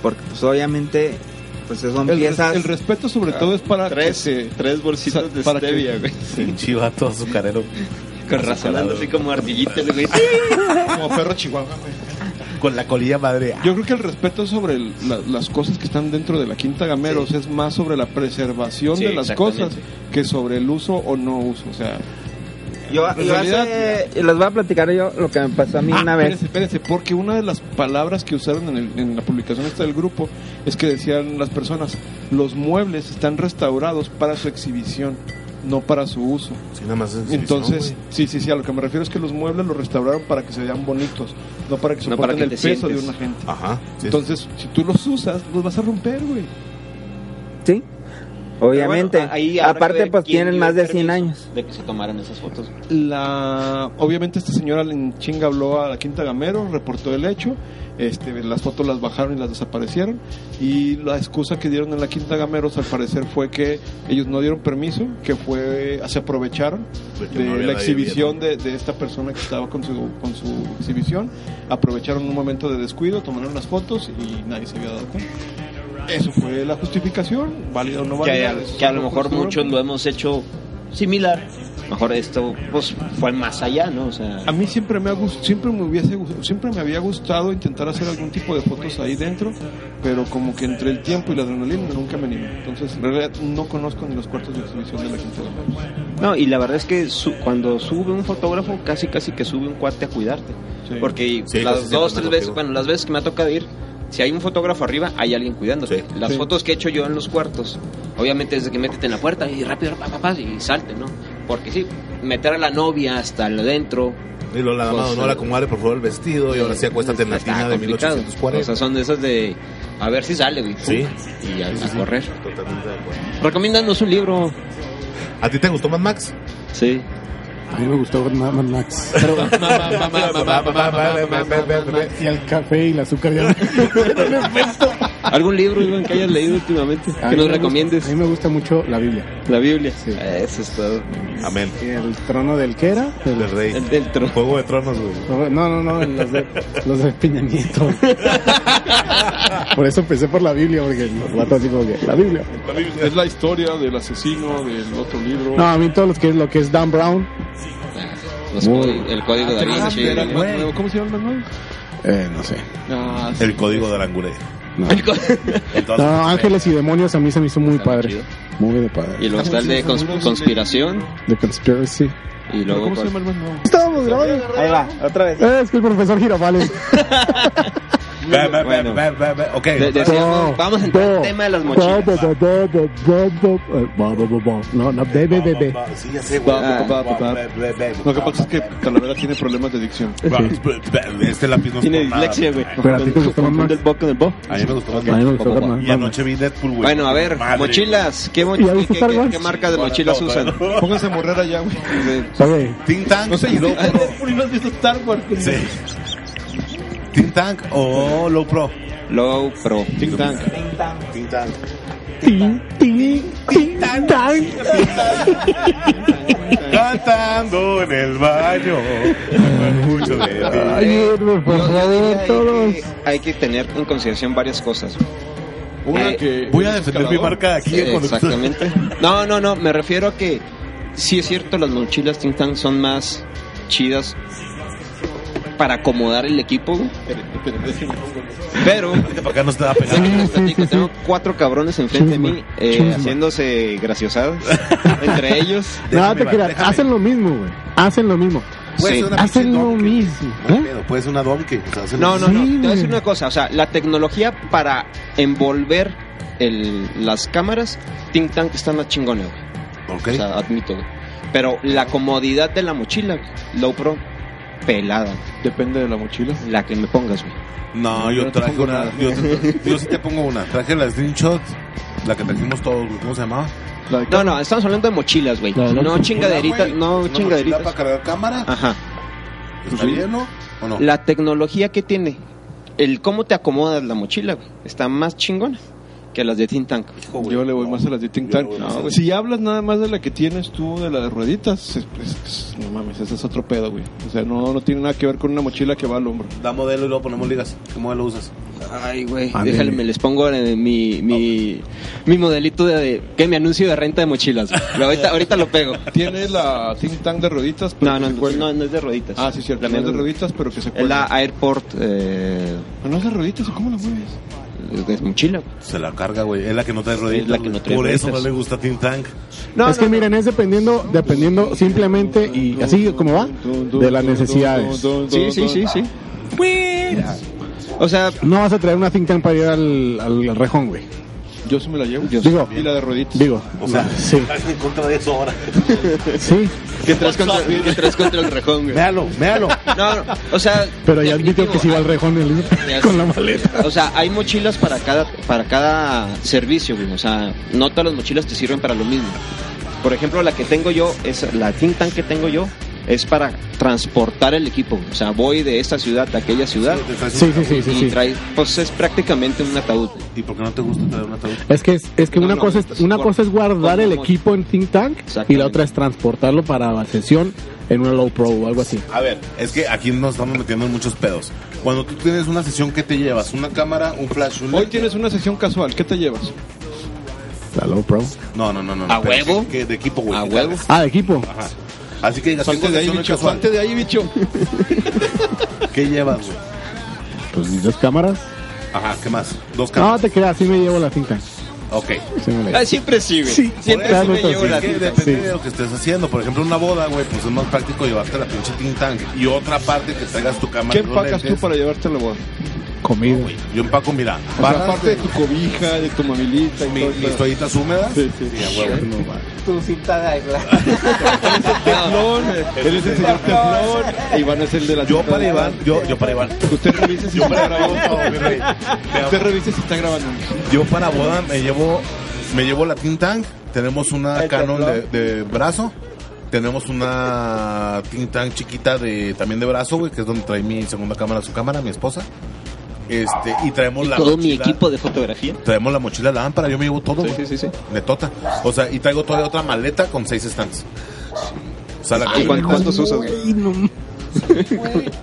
G: porque pues obviamente pues son
D: El, res-
G: piezas...
D: el respeto sobre todo es para
C: Tres, eh,
D: que se-
C: tres bolsitas de
D: para que-
C: stevia, güey.
B: Pinche vato azucarero.
C: Con razón, Ah, ando así como ardillitas, güey.
D: como perro chihuahua. güey.
B: Con la colilla madre.
D: Yo creo que el respeto sobre el- la- las cosas que están dentro de la Quinta Gameros es más sobre la preservación
C: Sí,
D: de las
C: exactamente.
D: cosas que sobre el uso o no uso. O sea,
G: yo
D: en
G: yo hace-
D: realidad-
G: les voy a platicar yo lo que me pasó a mí
D: Ah,
G: una vez.
D: Espérense, espérense, porque una de las palabras que usaron en, el- en la publicación esta del grupo es que decían las personas, los muebles están restaurados para su exhibición, no para su uso.
B: Sí, nada más es-
D: Entonces, sí, sí, sí, a lo que me refiero es que los muebles los restauraron para que se vean bonitos, no para que
C: No
D: soporten
C: para que
D: el
C: te
D: peso
C: sientes.
D: de una gente.
B: Ajá. sí, sí.
D: Entonces, si tú los usas, los vas a romper, güey.
G: Sí, obviamente.
C: Pero bueno, ahí habrá que
G: Aparte
C: ver
G: pues
C: quién
G: tienen
C: dio
G: más de
C: permiso
G: 100 años.
C: De que se tomaran esas fotos.
D: La... Obviamente esta señora le en chinga habló a la Quinta Gamero, reportó el hecho, este, las fotos las bajaron y las desaparecieron y la excusa que dieron en la Quinta Gameros al parecer fue que ellos no dieron permiso, que fue se aprovecharon
B: De que
D: de
B: Pues no había
D: la
B: nadie
D: exhibición de, de esta persona que estaba con su, con su exhibición, aprovecharon un momento de descuido, tomaron las fotos y nadie se había dado cuenta. Eso fue la justificación, válida o no
C: que,
D: válida.
C: a-
D: eso
C: que a lo
D: fue
C: mejor
D: postura.
C: muchos lo hemos hecho similar. Mejor esto pues fue más allá, ¿no? O sea,
D: A mí siempre me ha gust- siempre me hubiese gust- siempre me había gustado intentar hacer algún tipo de fotos ahí dentro, pero como que entre el tiempo y la adrenalina nunca me animé. Entonces, en realidad no conozco ni los cuartos de exhibición de la gente de Gameros.
C: no, y la verdad es que su- cuando sube un fotógrafo, casi casi que sube un cuate a cuidarte.
D: Sí.
C: Porque
B: Sí, casi
C: las
B: siempre
C: dos,
B: anda
C: tres veces,
B: contigo.
C: bueno, las veces que me ha tocado ir, si hay un fotógrafo arriba, hay alguien cuidándote.
B: Sí.
C: Las
D: Sí.
C: fotos que he hecho yo en los cuartos, obviamente desde que métete en la puerta y rápido, pa, pa, pa, y salte, ¿no? Porque sí, meter a la novia hasta lo dentro,
B: Y lo la dama
C: Pues,
B: no
C: eh,
B: la acomode por favor el vestido y ahora sí acuéstate en la
C: Está
B: tina de
C: complicado.
B: 1840.
C: O sea, son de esas de a ver si sale, güey.
B: Sí.
C: Y a,
B: Sí, sí,
C: a
B: sí.
C: correr.
B: Totalmente de acuerdo.
C: Recomiéndanos un libro.
B: ¿A ti te gustó más Max?
C: Sí.
F: A mí me gustó Mad Max.
B: Mamá, mamá, mamá, mamá, mamá, mamá.
F: Y el café y el azúcar ya.
C: ¿Algún libro, Iván, que hayas leído últimamente?
F: A
C: que
F: mí
C: nos
F: me
C: recomiendes.
F: gusta- a mí me gusta mucho la Biblia.
C: La Biblia.
F: Sí.
C: Eso es todo.
B: Amén.
F: El trono del que era. Del-
B: El rey.
C: El del tro-
B: Juego de tronos, güey.
F: No, no, no, los de, los de Peña Nieto. Por eso empecé por la Biblia, porque los vatos así como que, la Biblia.
D: Es la historia del asesino, del otro libro.
F: No, a mí todo lo que es, lo que es Dan Brown,
C: los códi- el código da
D: Ah,
C: Vinci.
D: era el más nuevo. ¿Cómo se llama el más nuevo?
F: eh, no sé.
D: Ah, sí.
B: El código de Arangure.
C: El co-
F: No, Ángeles y Demonios a mí se me hizo muy
C: Está muy
F: padre.
C: chido.
F: Muy de padre.
C: Y luego está el de cons- conspiración.
F: The Conspiracy.
C: Y
D: Pero
C: luego.
D: ¿Cómo se llama el más nuevo?
F: Estábamos grabando.
G: Ahí va, otra vez.
F: Eh, es que el profesor Girafales.
B: Ve, ve, ve, ve, ve, ve. Ok.
C: De- de- Decíamos, vamos a entrar al tema de las mochilas.
F: No, no, de, de, de, de.
B: Sí, ya sé,
C: Va, va,
D: Lo que pasa es que Talavera tiene problemas de adicción.
B: Este lápiz no es
C: Tiene
B: por nada,
C: dislexia, güey.
F: Pero a ti te gustó más.
C: Confunde el bo con el bo.
B: A mí me gustó más.
F: A mí me gustó
C: Vamos,
F: Batman.
B: Y anoche vi Deadpool, güey.
C: Bueno, a ver,
B: Madre,
C: mochilas. ¿Qué, mo-
F: ¿Y ya
C: qué,
F: viste
C: qué-
F: Star
C: qué-
F: Wars?
C: qué marcas de mochilas usan?
D: Pónganse a morrer allá, güey.
F: Oye,
B: Think Tank.
D: No sé,
B: y Low Pro.
D: no has visto Star Wars.
B: Sí. Think Tank o Low Pro.
C: Low Pro.
D: Think Tank.
B: Think Tank.
F: tin, tin, tin, tan.
B: Cantando en el baño. Mucho de
F: Ay, Edward, por
C: Yo
F: favor,
C: diría
F: todos.
C: Eh, que Hay que tener en consideración varias cosas.
D: Una
C: Eh,
D: que.
B: ti. Voy a defender mi marca de aquí. eh, con esto.
C: Exactamente. No, no, no, me refiero a que sí es cierto, las mochilas Think Tank son más chidas para acomodar el equipo, güey. pero
B: Vente para acá no te va a pegar.
C: les platico, tengo cuatro cabrones enfrente de mí eh, haciéndose graciosadas entre ellos.
F: Nada,
B: Déjame,
F: te creas.
B: déjame.
F: Hacen lo mismo, güey. Hacen lo mismo.
B: Puede
C: Sí.
B: ser una
F: Hacen
B: pinche
F: lo
B: donkey.
F: mismo.
B: No hay
F: ¿eh?
B: pedo, Puede ser una donkey. o sea, hacen
C: No,
B: lo
C: no,
B: mismo.
C: no,
F: Sí,
C: te voy a decir
F: güey.
C: una cosa, o sea, la tecnología para envolver el- las cámaras Think Tank está más chingona, güey.
B: Ok.
C: O sea, admito, güey. Pero la comodidad de la mochila, güey, Low Pro, pelada.
D: Depende de la mochila.
C: La que me pongas, güey.
B: No,
D: Yo
B: yo
D: no te
B: traje
D: pongo
B: una.
D: nada.
B: Yo, yo sí te pongo una. Traje la screenshot, la que trajimos todos, güey. ¿Cómo se llamaba?
D: La de
C: No, no, estamos hablando de mochilas, güey. No, chingaderitas,
B: Una, Ah,
C: no
B: güey, una mochila
C: chingaderitas.
B: para cargar cámara?
C: Ajá.
B: ¿Está lleno o no?
C: La tecnología que tiene, el cómo te acomodas la mochila, güey, está más chingona que las de Think Tank.
B: Hijo, güey.
D: Yo le voy más a las de Think Tank.
B: Yo le voy
D: No,
B: más a-
D: güey. si hablas nada más de la que tienes tú de las rueditas, es- es- es- no mames, ese es otro pedo, güey. O sea, no, no tiene nada que ver con una mochila que va al hombro.
B: Da modelo y luego ponemos ligas. ¿Qué modelo usas?
C: Ay, güey.
F: Ándale.
C: Déjale, me les pongo eh, mi, mi, mi modelito de, de- que mi anuncio de renta de mochilas. güey. Pero ahorita, ahorita lo pego.
D: Tiene la Think Tank de rueditas, pero
C: No, no,
D: que se
C: no,
D: cuelga.
C: no, no es de rueditas.
D: Ah, sí, cierto.
C: La
D: La
C: mía
D: de
C: no-
D: rueditas, pero que se
F: Pues
C: Es
D: cuelga.
C: la Airport eh,
D: Ah, ¿No es de rueditas? ¿o ¿Cómo la mueves?
C: de mochila, güey.
B: Se la carga, güey. Es la que no trae rodillas.
C: Es la que no trae
B: Por eso no
C: rodillas.
B: le gusta Think Tank.
C: No,
F: es
C: no,
F: que miren, es dependiendo, dependiendo simplemente y así como va, de las necesidades.
C: Sí, sí, sí, sí. O sea,
F: No vas a traer una think tank para ir al, al rejón, güey.
D: Yo sí me la llevo.
F: Yo Digo-
D: y la de rueditas.
F: Digo,
B: O sea,
F: sí,
B: estás en contra de eso ahora.
F: sí,
C: que traes contra, que traes contra el rejón, güey.
B: Véalo, véalo.
C: No, no, o sea.
F: pero ya admito
C: definitivo,
F: que si va al rejón el-
C: Ya
F: con la
C: sé.
F: maleta.
C: O sea, hay mochilas para cada, para cada servicio, güey. O sea, no todas las mochilas te sirven para lo mismo. Por ejemplo, la que tengo yo, es la think tank que tengo yo, es para transportar el equipo. güey. O sea, voy de esta ciudad a aquella ciudad
F: Sí, sí, sí, sí,
C: y
F: sí.
C: trae, pues es prácticamente un ataúd. güey.
B: ¿Y por qué no te gusta traer un ataúd?
F: Es que, es, es que
C: No,
F: una,
C: no,
F: cosa
C: pues,
F: es, una
C: por-
F: cosa es guardar
C: por
F: el
C: mamón.
F: equipo en think tank y
C: Exactamente.
F: la otra es transportarlo para la sesión en una low pro o algo así.
B: A ver, es que aquí nos estamos metiendo en muchos pedos. Cuando tú tienes una sesión, ¿qué te llevas? ¿Una cámara? ¿Un flash? Un
D: Hoy
B: lente?
D: tienes una sesión casual. ¿Qué te llevas?
F: La low pro.
B: No, no, no, no.
C: ¿A
B: pero
C: huevo?
B: sí que de equipo, güey.
C: A
B: ¿Qué
C: huevo.
B: traes?
F: Ah, de equipo.
B: Ajá. Así que digas,
D: Salte
B: tengo
D: de ahí,
B: sesión
D: bicho.
B: casual.
D: Salte de ahí, bicho.
B: ¿Qué llevas, güey?
F: Pues mis dos cámaras.
B: Ajá, ¿qué más? Dos
F: No
B: cámaras.
F: te creas, sí me llevo la think tank.
B: Ok.
D: Pues
F: Sí me la llevo.
C: Ah, siempre sí, güey.
F: Sí,
C: siempre
F: por
C: sí me
F: eso,
C: llevo
F: sí.
C: la
B: Es que
C: think tank.
B: depende
F: sí.
B: de lo que estés haciendo. Por ejemplo, una boda, güey, pues es más práctico llevarte la pinche think tank. Y otra parte que traigas tu cámara.
D: ¿Qué
B: los
D: empacas tú
B: lentes.
D: para llevarte la boda?
F: Comida.
B: Yo empaco, mira,
D: O sea,
B: barras
D: aparte de tu cobija, de tu mamilita y
B: mi-
D: todo
B: mis toallitas húmedas.
D: Sí, sí.
B: Y a huevo.
G: Tu cinta de aislar.
D: Teflón, él es el señor Teflón. Iván es el de la
B: Yo
D: cinta
B: para
D: de-
B: Iván, yo, yo para Iván.
D: Usted revise si
B: Yo
D: está
B: para Iván, mi
D: grabando.
B: rey. Te amo.
D: Usted revise si está grabando.
B: Yo para boda me llevo me llevo la Think Tank, tenemos una Canon de, de brazo, tenemos una Think Tank chiquita de también de brazo, güey, que es donde trae mi segunda cámara, su cámara, mi esposa. Este, y traemos la
C: Todo mi
B: mochila-
C: equipo de fotografía.
B: Traemos la mochila lámpara, yo me llevo todo,
C: Sí,
B: güey.
C: sí, sí, sí.
B: Netota. O sea, y traigo todavía otra maleta con seis stands. O sea, la
C: ¿Y cuán-
B: camioneta-
C: cuántos usas, güey?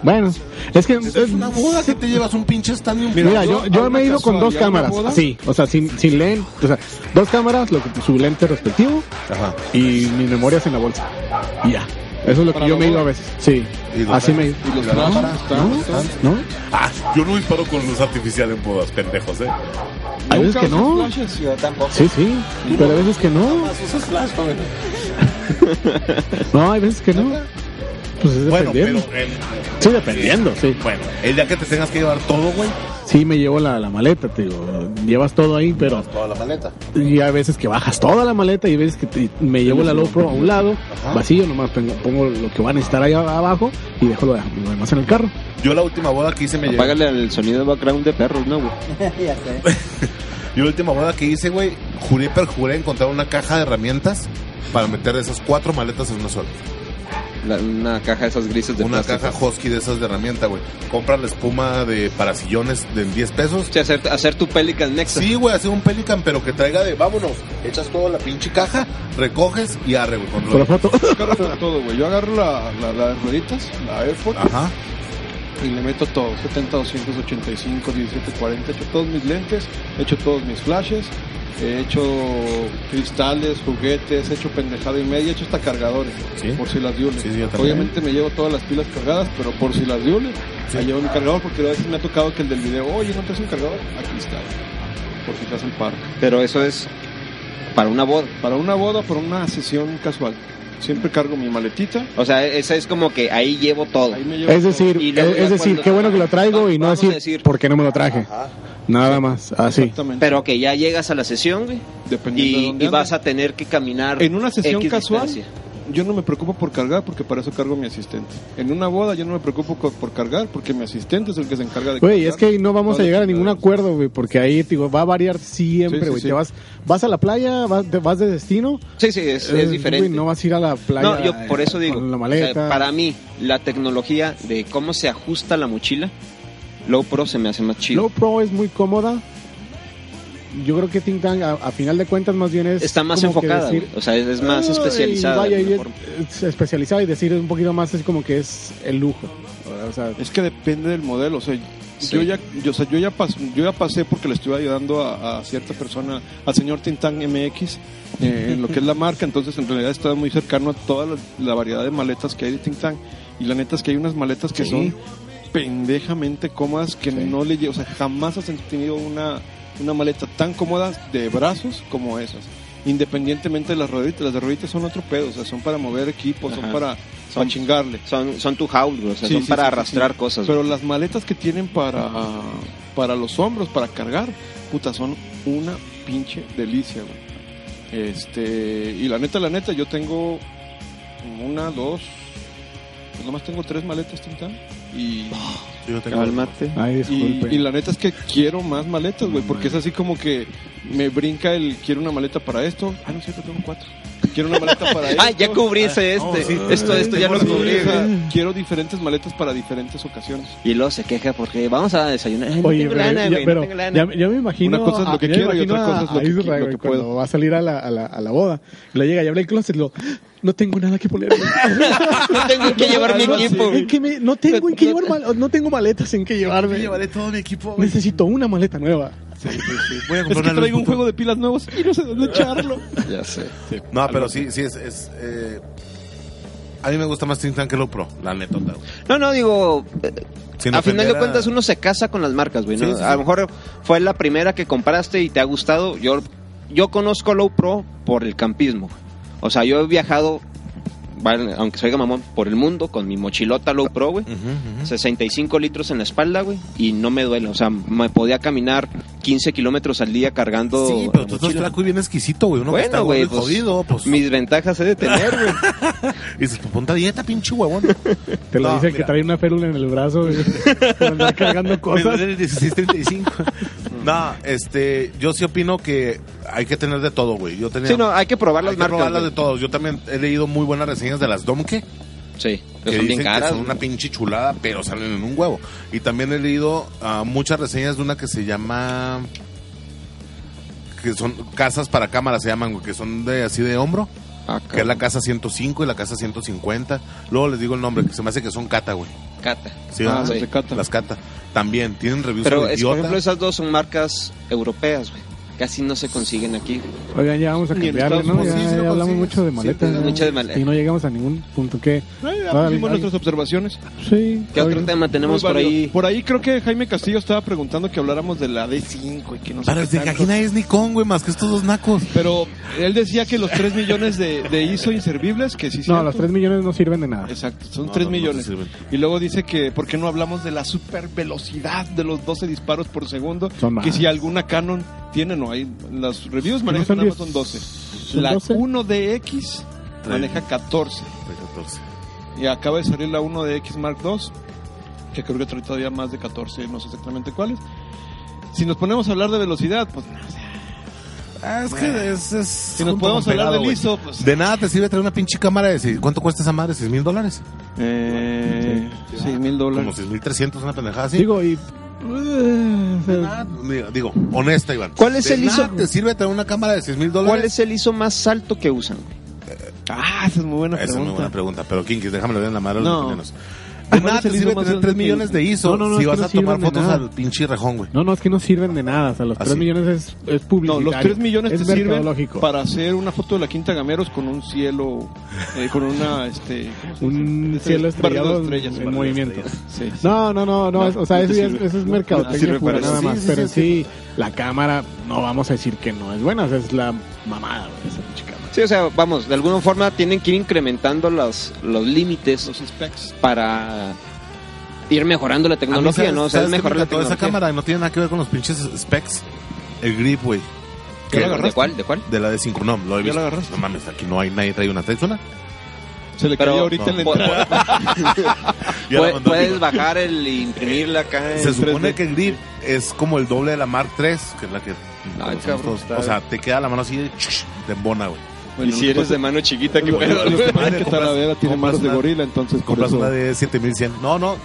F: Bueno, es que
B: Es una boda que te llevas un pinche stand y un
F: Mira, yo,
D: yo-
F: yo
D: ¿alguna
F: me he ido con dos
D: casualidad en la
F: cámaras,
D: boda?
F: así, o sea, sin, sin lente, o sea, dos cámaras, lo que- su lente respectivo
B: Ajá.
F: y mis memorias en la bolsa. Y ya. Eso es lo que
D: ¿Para
F: yo
D: la
F: me he ido a
D: boda?
F: veces. Sí.
B: Y los
F: Así me he
B: traes.
F: ido.
D: Y
B: La
C: ¿Ah?
D: los traes,
B: lámpara,
D: está-
F: ¿No?
D: está-
F: ¿No?
B: Ah, yo no disparo con luz artificial en bodas, pendejos, eh.
F: Hay veces
D: Nunca
F: que no.
D: usas flashes.
C: Yo tampoco.
F: Sí, sí. Pero hay veces que no. No, hay veces que no. Pues es
B: Bueno, pero
F: dependiendo.
B: el,
F: Sí, dependiendo, sí.
B: bueno, el día que te tengas que llevar todo, güey,
F: Sí, me llevo la, la maleta, te digo. Llevas todo ahí, pero.
B: toda la maleta.
F: Y hay veces que bajas toda la maleta y hay veces que te- me llevo la GoPro a un lado, vacío, nomás pongo, pongo lo que van a estar ahí abajo y dejo lo, lo demás en el carro.
B: Yo la última boda que hice me llevé.
C: Apágale el sonido de background de perros, ¿no, güey?
K: ya sé.
B: Yo la última boda que hice, güey, juré perjuré encontrar una caja de herramientas para meter esas cuatro maletas en una sola.
C: La- Una caja de esas grises de
B: Una
C: plástico.
B: caja Hosky de esas de herramienta, güey. Compra la espuma de para sillones de 10 pesos.
C: Sí, hacer, hacer tu Pelican Next.
B: Sí, güey, hacer un Pelican, pero que traiga de vámonos. Echas toda la pinche caja, recoges y arre, güey. con
F: Con la
B: lo-
F: foto.
D: Agarro con todo, güey. Yo agarro la, la- las rueditas, la Airford,
B: Ajá.
D: y le meto todo. 70, 285, 17, 40. He hecho todos mis lentes, he hecho todos mis flashes, he hecho cristales, juguetes, he hecho pendejada y media, he hecho hasta cargadores.
B: Sí.
D: Por si las diules.
B: Sí, sí, yo también.
D: Obviamente me llevo todas las pilas cargadas, pero por si las diules,
B: Sí.
D: ahí llevo mi cargador porque a veces me ha tocado que el del video, oye, ¿no traes un cargador? Aquí está. Por si te hace el paro.
C: Pero eso es para una boda.
D: Para una boda, para una sesión casual. Siempre cargo mi maletita.
C: O sea, esa es como que ahí llevo todo.
D: Ahí me llevo
F: Es
D: todo.
F: decir,
C: Y luego
F: es,
C: ya
F: es decir,
C: cuando-
F: qué bueno que lo traigo y no
C: Vamos a
F: decir,
C: decir-
F: por qué no me lo traje. Nada más, así.
D: Exactamente.
C: Pero que ya llegas a la sesión, güey.
D: Dependiendo de
C: Y,
D: dónde
C: y vas
D: andes.
C: a tener que caminar.
D: En una sesión
C: X
D: casual,
C: distancia.
D: yo no me preocupo por cargar porque para eso cargo a mi asistente. En una boda, yo no me preocupo co- por cargar porque mi asistente es el que se encarga de.
F: Güey,
D: cargar
F: es que ahí no vamos a
D: todas
F: llegar a
D: las
F: ningún
D: actividades.
F: acuerdo, güey, porque ahí te digo, va a variar siempre,
D: Sí, sí,
F: güey.
D: sí.
F: Te vas, vas a la playa, vas, te vas de destino.
C: Sí, sí, es,
F: eh,
C: es diferente.
F: güey, no vas a ir a la playa.
C: No, yo por eso
F: con
C: digo.
F: la
C: o sea,
F: maleta.
C: para mí, la tecnología de cómo se ajusta la mochila, Low Pro se me hace más chido.
F: Low Pro es muy cómoda. Yo creo que Think Tank, a, a final de cuentas, más bien es.
C: Está más
F: Pues, como que
C: enfocada,
F: decir,
C: güey. o sea, es, es más
F: "Ay,
C: especializada.
F: Vaya,
C: de
F: y es,
C: alguna forma.
F: es especializada y decir un poquito más es como que es el lujo. O sea,
D: Es que depende del modelo. O sea,
C: Sí.
D: yo ya, yo, o sea, yo ya pas- yo ya pasé porque le estuve ayudando a, a cierta persona, al señor Tintán MX, eh, en lo que es la marca. Entonces, en realidad está muy cercano a toda la, la variedad de maletas que hay de Tintán. Y la neta es que hay unas maletas que son pendejamente cómodas que no le lle- o sea, jamás has tenido una, una maleta tan cómoda de brazos como esas. Independientemente de las rueditas, las de rueditas son otro pedo, o sea, son para mover equipos, son
C: Ajá.
D: para,
C: Son-
D: para chingarle.
C: Son, son tu haul, güey, o sea,
D: Sí,
C: son
D: sí,
C: para
D: sí, sí,
C: arrastrar
D: sí.
C: cosas.
D: Pero
C: güey.
D: las maletas que tienen para, para los hombros, para cargar, puta, son una pinche delicia, güey. Este, y la neta, la neta, yo tengo una, dos, pues nomás tengo tres maletas Tintán. Y,
B: Yo tengo-
C: Cálmate.
F: ay,
D: y,
F: disculpe.
D: y la neta es que quiero más maletas, güey, porque es así como que me brinca el quiero una maleta para esto. Ah, no, cierto, tengo cuatro. Quiero una maleta para esto.
C: Ah, ya cubrí ese, este. esto, esto ya lo
D: Sí,
C: cubrí.
D: o sea,
C: güey.
D: quiero diferentes maletas para diferentes ocasiones.
C: Y luego se queja porque vamos a desayunar. Ay, no
F: Oye,
C: tengo
F: pero,
C: lana,
F: ya-
C: güey, no
F: pero
C: tengo lana.
F: ya, ya me imagino.
D: Una cosa es lo
F: a-
D: que
F: ya me
D: quiero y otra
F: imagino
D: cosa es lo
F: a
D: que-
F: Israel,
D: lo que
F: güey, cuando
D: puedo.
F: Va a salir a la, a la, a la boda. Le llega y abre el closet. Lo, no tengo nada que poner.
C: No tengo en qué llevar mi equipo.
F: ¿En qué me- no tengo en qué llevar mal- no tengo maletas en qué llevarme.
B: Llevaré todo mi equipo, güey.
F: Necesito una maleta nueva.
B: Voy a
D: Es
B: comprar
D: que
B: una
D: traigo un
B: luz.
D: juego de pilas nuevos y no sé dónde echarlo.
C: Ya sé.
B: No, pero sí, sí, es. es, eh, a mí me gusta más Think Tank que Low Pro, la neta. güey.
C: No, no, digo, eh,
B: Sin
C: a final
B: ofender
C: de
B: a-
C: cuentas uno se casa con las marcas, güey. ¿no?
B: Sí, sí, sí.
C: A lo mejor fue la primera que compraste y te ha gustado. Yo, yo conozco Low Pro por el campismo. O sea, yo he viajado, vale, aunque soy mamón, por el mundo con mi mochilota Low Pro, güey.
B: Ujú, ujú.
C: 65 litros en la espalda, güey, y no me duele. O sea, me podía caminar 15 kilómetros al día cargando.
B: Sí, pero
C: la
B: tú estás
C: mochila.
B: flaco y bien exquisito, güey. Uno que está
C: Bueno,
B: gordo
C: güey,
B: y
C: pues,
B: jodido, pues.
C: mis ventajas he de tener, güey.
B: Y dices, pues ponte a dieta, pinche huevón.
F: Te lo
B: No,
F: dice el que
B: mira.
F: trae una férula en el brazo. güey, por andar cargando cosas.
B: Me duele el 1635. no, este, yo sí opino que hay que tener de todo, güey. Yo tenía
C: Sí, no, hay que probar
B: hay
C: las
B: que
C: marcas.
B: probarlas de
C: güey.
B: todos. Yo también he leído muy buenas reseñas de las Domke.
C: Sí. Pero
B: que
C: son bien
B: dicen
C: caras,
B: que son una pinche chulada, pero salen en un huevo. Y también he leído ah, muchas reseñas de una que se llama que son casas para cámaras se llaman, güey, que son de así de hombro.
C: Ah,
B: que es la casa 105 y la casa 150. Luego les digo el nombre, que se me hace que son cata, güey.
C: Cata.
B: Sí,
C: Ah,
B: ¿verdad?
C: las de
B: Las cata. También tienen reviews
C: Pero
B: como
C: es, por
B: idiota.
C: ejemplo esas dos son marcas europeas, güey. Casi no se consiguen aquí.
J: Oigan, ya vamos a
C: Ni en
J: cambiarle,
C: Estados
J: ¿no? Ya,
C: Unidos, sí, sí
J: ya
C: lo
J: hablamos
C: consigues.
J: mucho de
C: Sí,
J: maletas.
C: sí,
J: ¿no?
C: mucho de maletas.
J: Y no llegamos a ningún punto que... Ah,
D: hicimos
J: ay,
D: nuestras observaciones.
J: Sí.
C: ¿Qué otro tema tenemos
D: Muy
C: por
D: válido.
C: ahí?
D: Por ahí creo que Jaime Castillo estaba preguntando que habláramos de la D5 y que no sé
B: Para
D: qué
B: el de
D: tanto.
B: Cajina es Nikon, güey, más que estos dos nacos.
D: Pero él decía que los 3 millones de, de ISO inservibles, que sí
J: No,
D: cierto.
J: los 3 millones no sirven de nada.
D: Exacto, son
B: No,
D: 3
B: no, no
D: millones.
B: sirven.
D: y luego dice que, ¿por qué no hablamos de la super velocidad de los 12 disparos por segundo?
J: Son
D: que
J: más.
D: si alguna Canon tiene, no hay. Las reviews
J: no
D: manejan
J: son
D: nada más
J: 10.
D: son 12.
J: ¿Son
D: La
J: 12?
D: 1DX
B: Tres.
D: maneja 14.
B: De 14.
D: Y acaba de salir la 1DX Mark II, que creo que trae todavía más de 14, no sé exactamente cuáles. Si nos ponemos a hablar de velocidad, pues no, o sea,
B: Ah, es que es, es
D: si nos
B: junto
D: podemos
B: con
D: hablar
B: pegado,
D: del
B: güey.
D: ISO, pues.
B: De nada te sirve traer una pinche cámara de seis- ¿Cuánto cuesta esa madre? ¿6 mil dólares?
D: Eh, 6 mil
B: Como
D: dólares.
B: 6 mil 300, una pendejada así.
J: Digo, y...
D: eh,
B: De nada, digo, digo, honesta, Iván.
C: ¿Cuál es
B: De
C: el
B: nada
C: ISO?
B: te sirve traer una cámara de 6 mil dólares?
C: ¿Cuál es el ISO más alto que usan? güey?
D: Ah, esa es muy buena
B: Esa es
D: pregunta.
B: muy buena pregunta. Pero, Kinkis, déjame ver en la madre a los
D: No.
B: mexicanos. De
D: ¿Cuál
B: nada
D: es
B: te
D: el ISO
B: sirve
D: más
B: tener
D: alto
B: 3 millones de ISO
J: No, no, no,
B: si
J: es que
B: vas
J: no
B: a tomar
J: sirven de
B: fotos
J: nada.
B: al pinche rajón, güey.
J: No, no, es que no sirven de nada. O sea, los
B: Así.
J: 3 millones es, es
D: No,
J: publicitario.
D: los 3 millones
J: es
D: te sirven
J: mercadológico.
D: para hacer una foto de la Quinta Gameros con un cielo, eh, con una, este... ¿cómo se
J: Un
D: dice?
J: cielo
D: Barrido
J: estrellado
D: de estrellas.
J: en movimiento.
D: Sí, sí.
J: No, no, no, no,
D: No,
J: es- o sea,
D: no
J: eso,
D: te
J: ya es-
D: sirve.
J: eso es
D: No te
J: mercadotecnia
D: sirve
J: pura
D: para
J: nada
D: eso.
J: más,
D: Sí, sí,
J: pero
D: sí,
J: en sí, la cámara no vamos a decir que no es buena, o sea, es la mamada güey, esa pinche cámara.
C: Sí, o sea, vamos, de alguna forma tienen que ir incrementando las, los límites
D: Los specs.
C: para ir mejorando la
B: A mí,
C: tecnología,
B: ¿sabes-
C: ¿no? O sea,
B: sabes
C: es
B: qué me
C: mejorar la
B: encantó de
C: tecnología.
B: esa cámara no tiene nada que ver con los pinches specs. El grip, güey.
D: ¿Qué la
C: ¿De
D: agarraste?
C: cuál? ¿De cuál?
B: De la de Synchronom, lo he
D: ¿Ya
B: visto.
D: la agarraste?
B: No mames, aquí no hay nadie trae una Tetsuna.
D: Se le
C: Pero-
D: cayó ahorita en la
C: Pu-
D: entrada.
B: Ya la
C: pu-
B: mandó a mi
C: Puedes
B: papá.
C: bajar el y imprimirla acá. en-
B: Se supone
D: 3D.
B: que el grip es como el doble de la Mark 3, que es la que
C: Ay,
B: conocemos
C: cabrón,
B: todos.
C: está-
B: O sea, te queda la mano así de, de embona, güey.
C: Y si
D: pues,
C: eres de mano chiquita, que
D: Lo- lo- lo que pasa es que
B: Compras-
D: Talavera tiene
B: compras
D: manos de
B: una-
D: gorila, entonces por
B: Compras
D: eso...
B: una de 7100. No, no.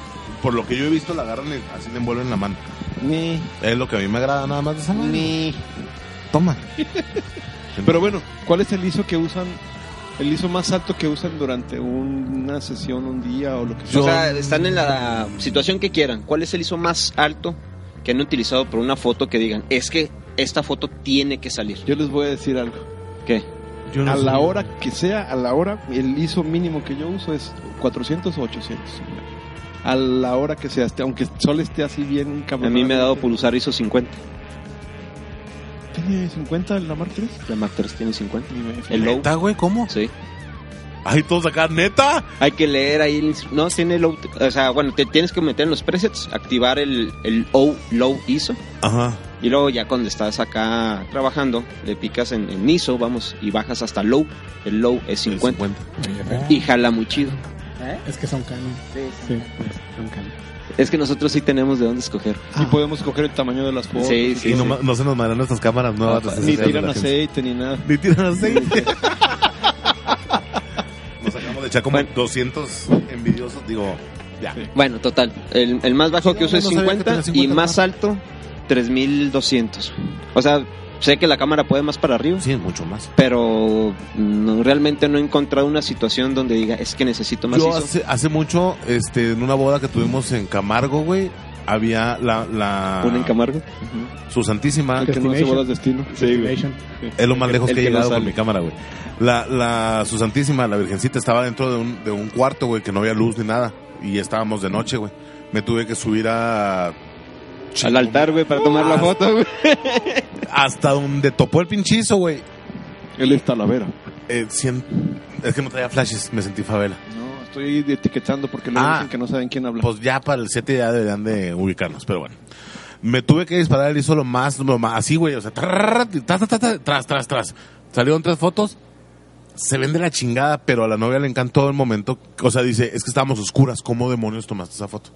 B: Por lo que yo he visto, la agarran y así le envuelven la mano.
D: Ni-
B: Es lo que a mí me agrada nada más de esa mano. Toma.
D: Pero bueno, ¿cuál es el ISO que usan, el ISO más alto que usan durante una sesión, un día o lo que sea?
C: O sea, están en la situación que quieran. ¿Cuál es el ISO más alto que han utilizado por una foto que digan, es que esta foto tiene que salir?
D: Yo les voy a decir algo.
C: ¿Qué?
D: a la hora que sea, a la hora, el ISO mínimo que yo uso es 400 o 800. A la hora que sea, esté- aunque el sol esté así bien
C: A
D: cabrón.
C: mí me ha dado por usar ISO 50.
D: ¿Tiene 50 la Mark III?
C: La Mark III tiene 50.
D: Ni me-
C: El low.
B: ¿Neta, güey? ¿Cómo?
C: Sí.
B: Ay, todos acá, ¿neta?
C: Hay que leer ahí. el ins- No, tiene low. O sea, bueno, te tienes que meter en los presets, activar el, el O low ISO.
B: Ajá.
C: Y luego ya cuando estás acá trabajando, le picas en, en ISO, vamos, y bajas hasta low. El low es 50. Y jala muy chido.
J: Es que son canon. Sí, son canon.
C: Es que nosotros sí tenemos de dónde escoger.
D: Y podemos coger el tamaño de las fotos.
C: Sí, sí.
B: Y no, ma- no se nos mandan nuestras cámaras nuevas. las esenciales
D: Ni
B: de
D: tiran
B: la agencia.
D: aceite ni nada.
B: Ni tiran aceite. Nos acabamos de echar como
C: Bueno.
B: 200 envidiosos, digo, ya.
C: Bueno, total. El, el más bajo
B: Sí,
C: que
B: no,
C: uso es
B: no sabía que
C: 50
B: tenía 50
C: y más alto 3200. O sea, sé que la cámara puede más para arriba,
B: Sí, mucho más.
C: pero no- realmente no he encontrado una situación donde diga es que necesito más
B: Yo
C: ISO.
B: hace, hace mucho, este, en una boda que tuvimos en Camargo, güey, había la, la
C: Una en Camargo.
B: su santísima,
D: El que no hace
J: Destination.
D: bolas destino.
J: Nation.
B: es lo más lejos
C: el
B: que he
C: que no
B: llegado
C: sale.
B: con mi cámara, güey. La, la su santísima, la virgencita estaba dentro de un, de un cuarto, güey, que no había luz ni nada y estábamos de noche, güey. Me tuve que subir a
C: Al altar, güey, para tomar la
B: Ah.
C: foto, güey.
B: hasta donde topó el pinchizo, güey.
D: Él es Talavera.
B: Eh, cien- Es que no traía flashes, me sentí favela.
D: No, estoy etiquetando porque luego
B: Ah.
D: dicen que no saben quién habla.
B: Pues ya para el 7 ya deberían de ubicarnos, pero bueno. Me tuve que disparar el ISO lo más, lo más así, güey. O sea, tarrarra, tras, tras, tras, tras, tras, tras. Salieron tres fotos. Se vende la chingada, pero a la novia le encantó el momento. O sea, dice, es que estábamos oscuras. ¿Cómo demonios tomaste esa foto?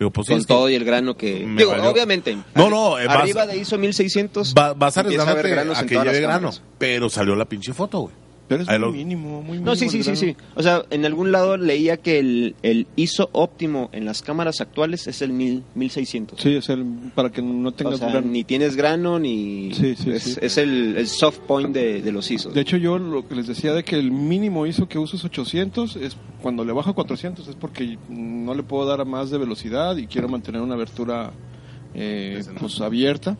B: Digo, pues sí,
C: Con
B: es que
C: todo y el grano que...
B: Me
C: Digo,
B: valió.
C: obviamente.
B: No,
C: arri-
B: no, eh, vas-
C: Arriba de ISO 1600.
B: va- vas
C: empieza a haber
B: arriesgándote
C: granos
B: a
C: en
B: que
C: todas
B: lleve
C: las
B: grano.
C: cámaras.
B: Pero salió la pinche foto, güey.
D: Pero es
B: Ahí
D: muy
B: lo-
D: mínimo, muy mínimo.
C: No, sí, sí,
D: el
C: sí,
D: grado.
C: sí. O sea, en algún lado leía que el, el ISO óptimo en las cámaras actuales es el mil, 1600.
D: Sí, es el, para que no tengas
C: O sea,
D: gran-
C: ni tienes grano ni...
D: Sí, sí,
C: es,
D: sí.
C: es el, el soft point de, de los ISOs.
D: De hecho, yo lo que les decía de que el mínimo ISO que uso es 800, es cuando le bajo a 400 es porque no le puedo dar a más de velocidad y quiero mantener una abertura eh, pues abierta.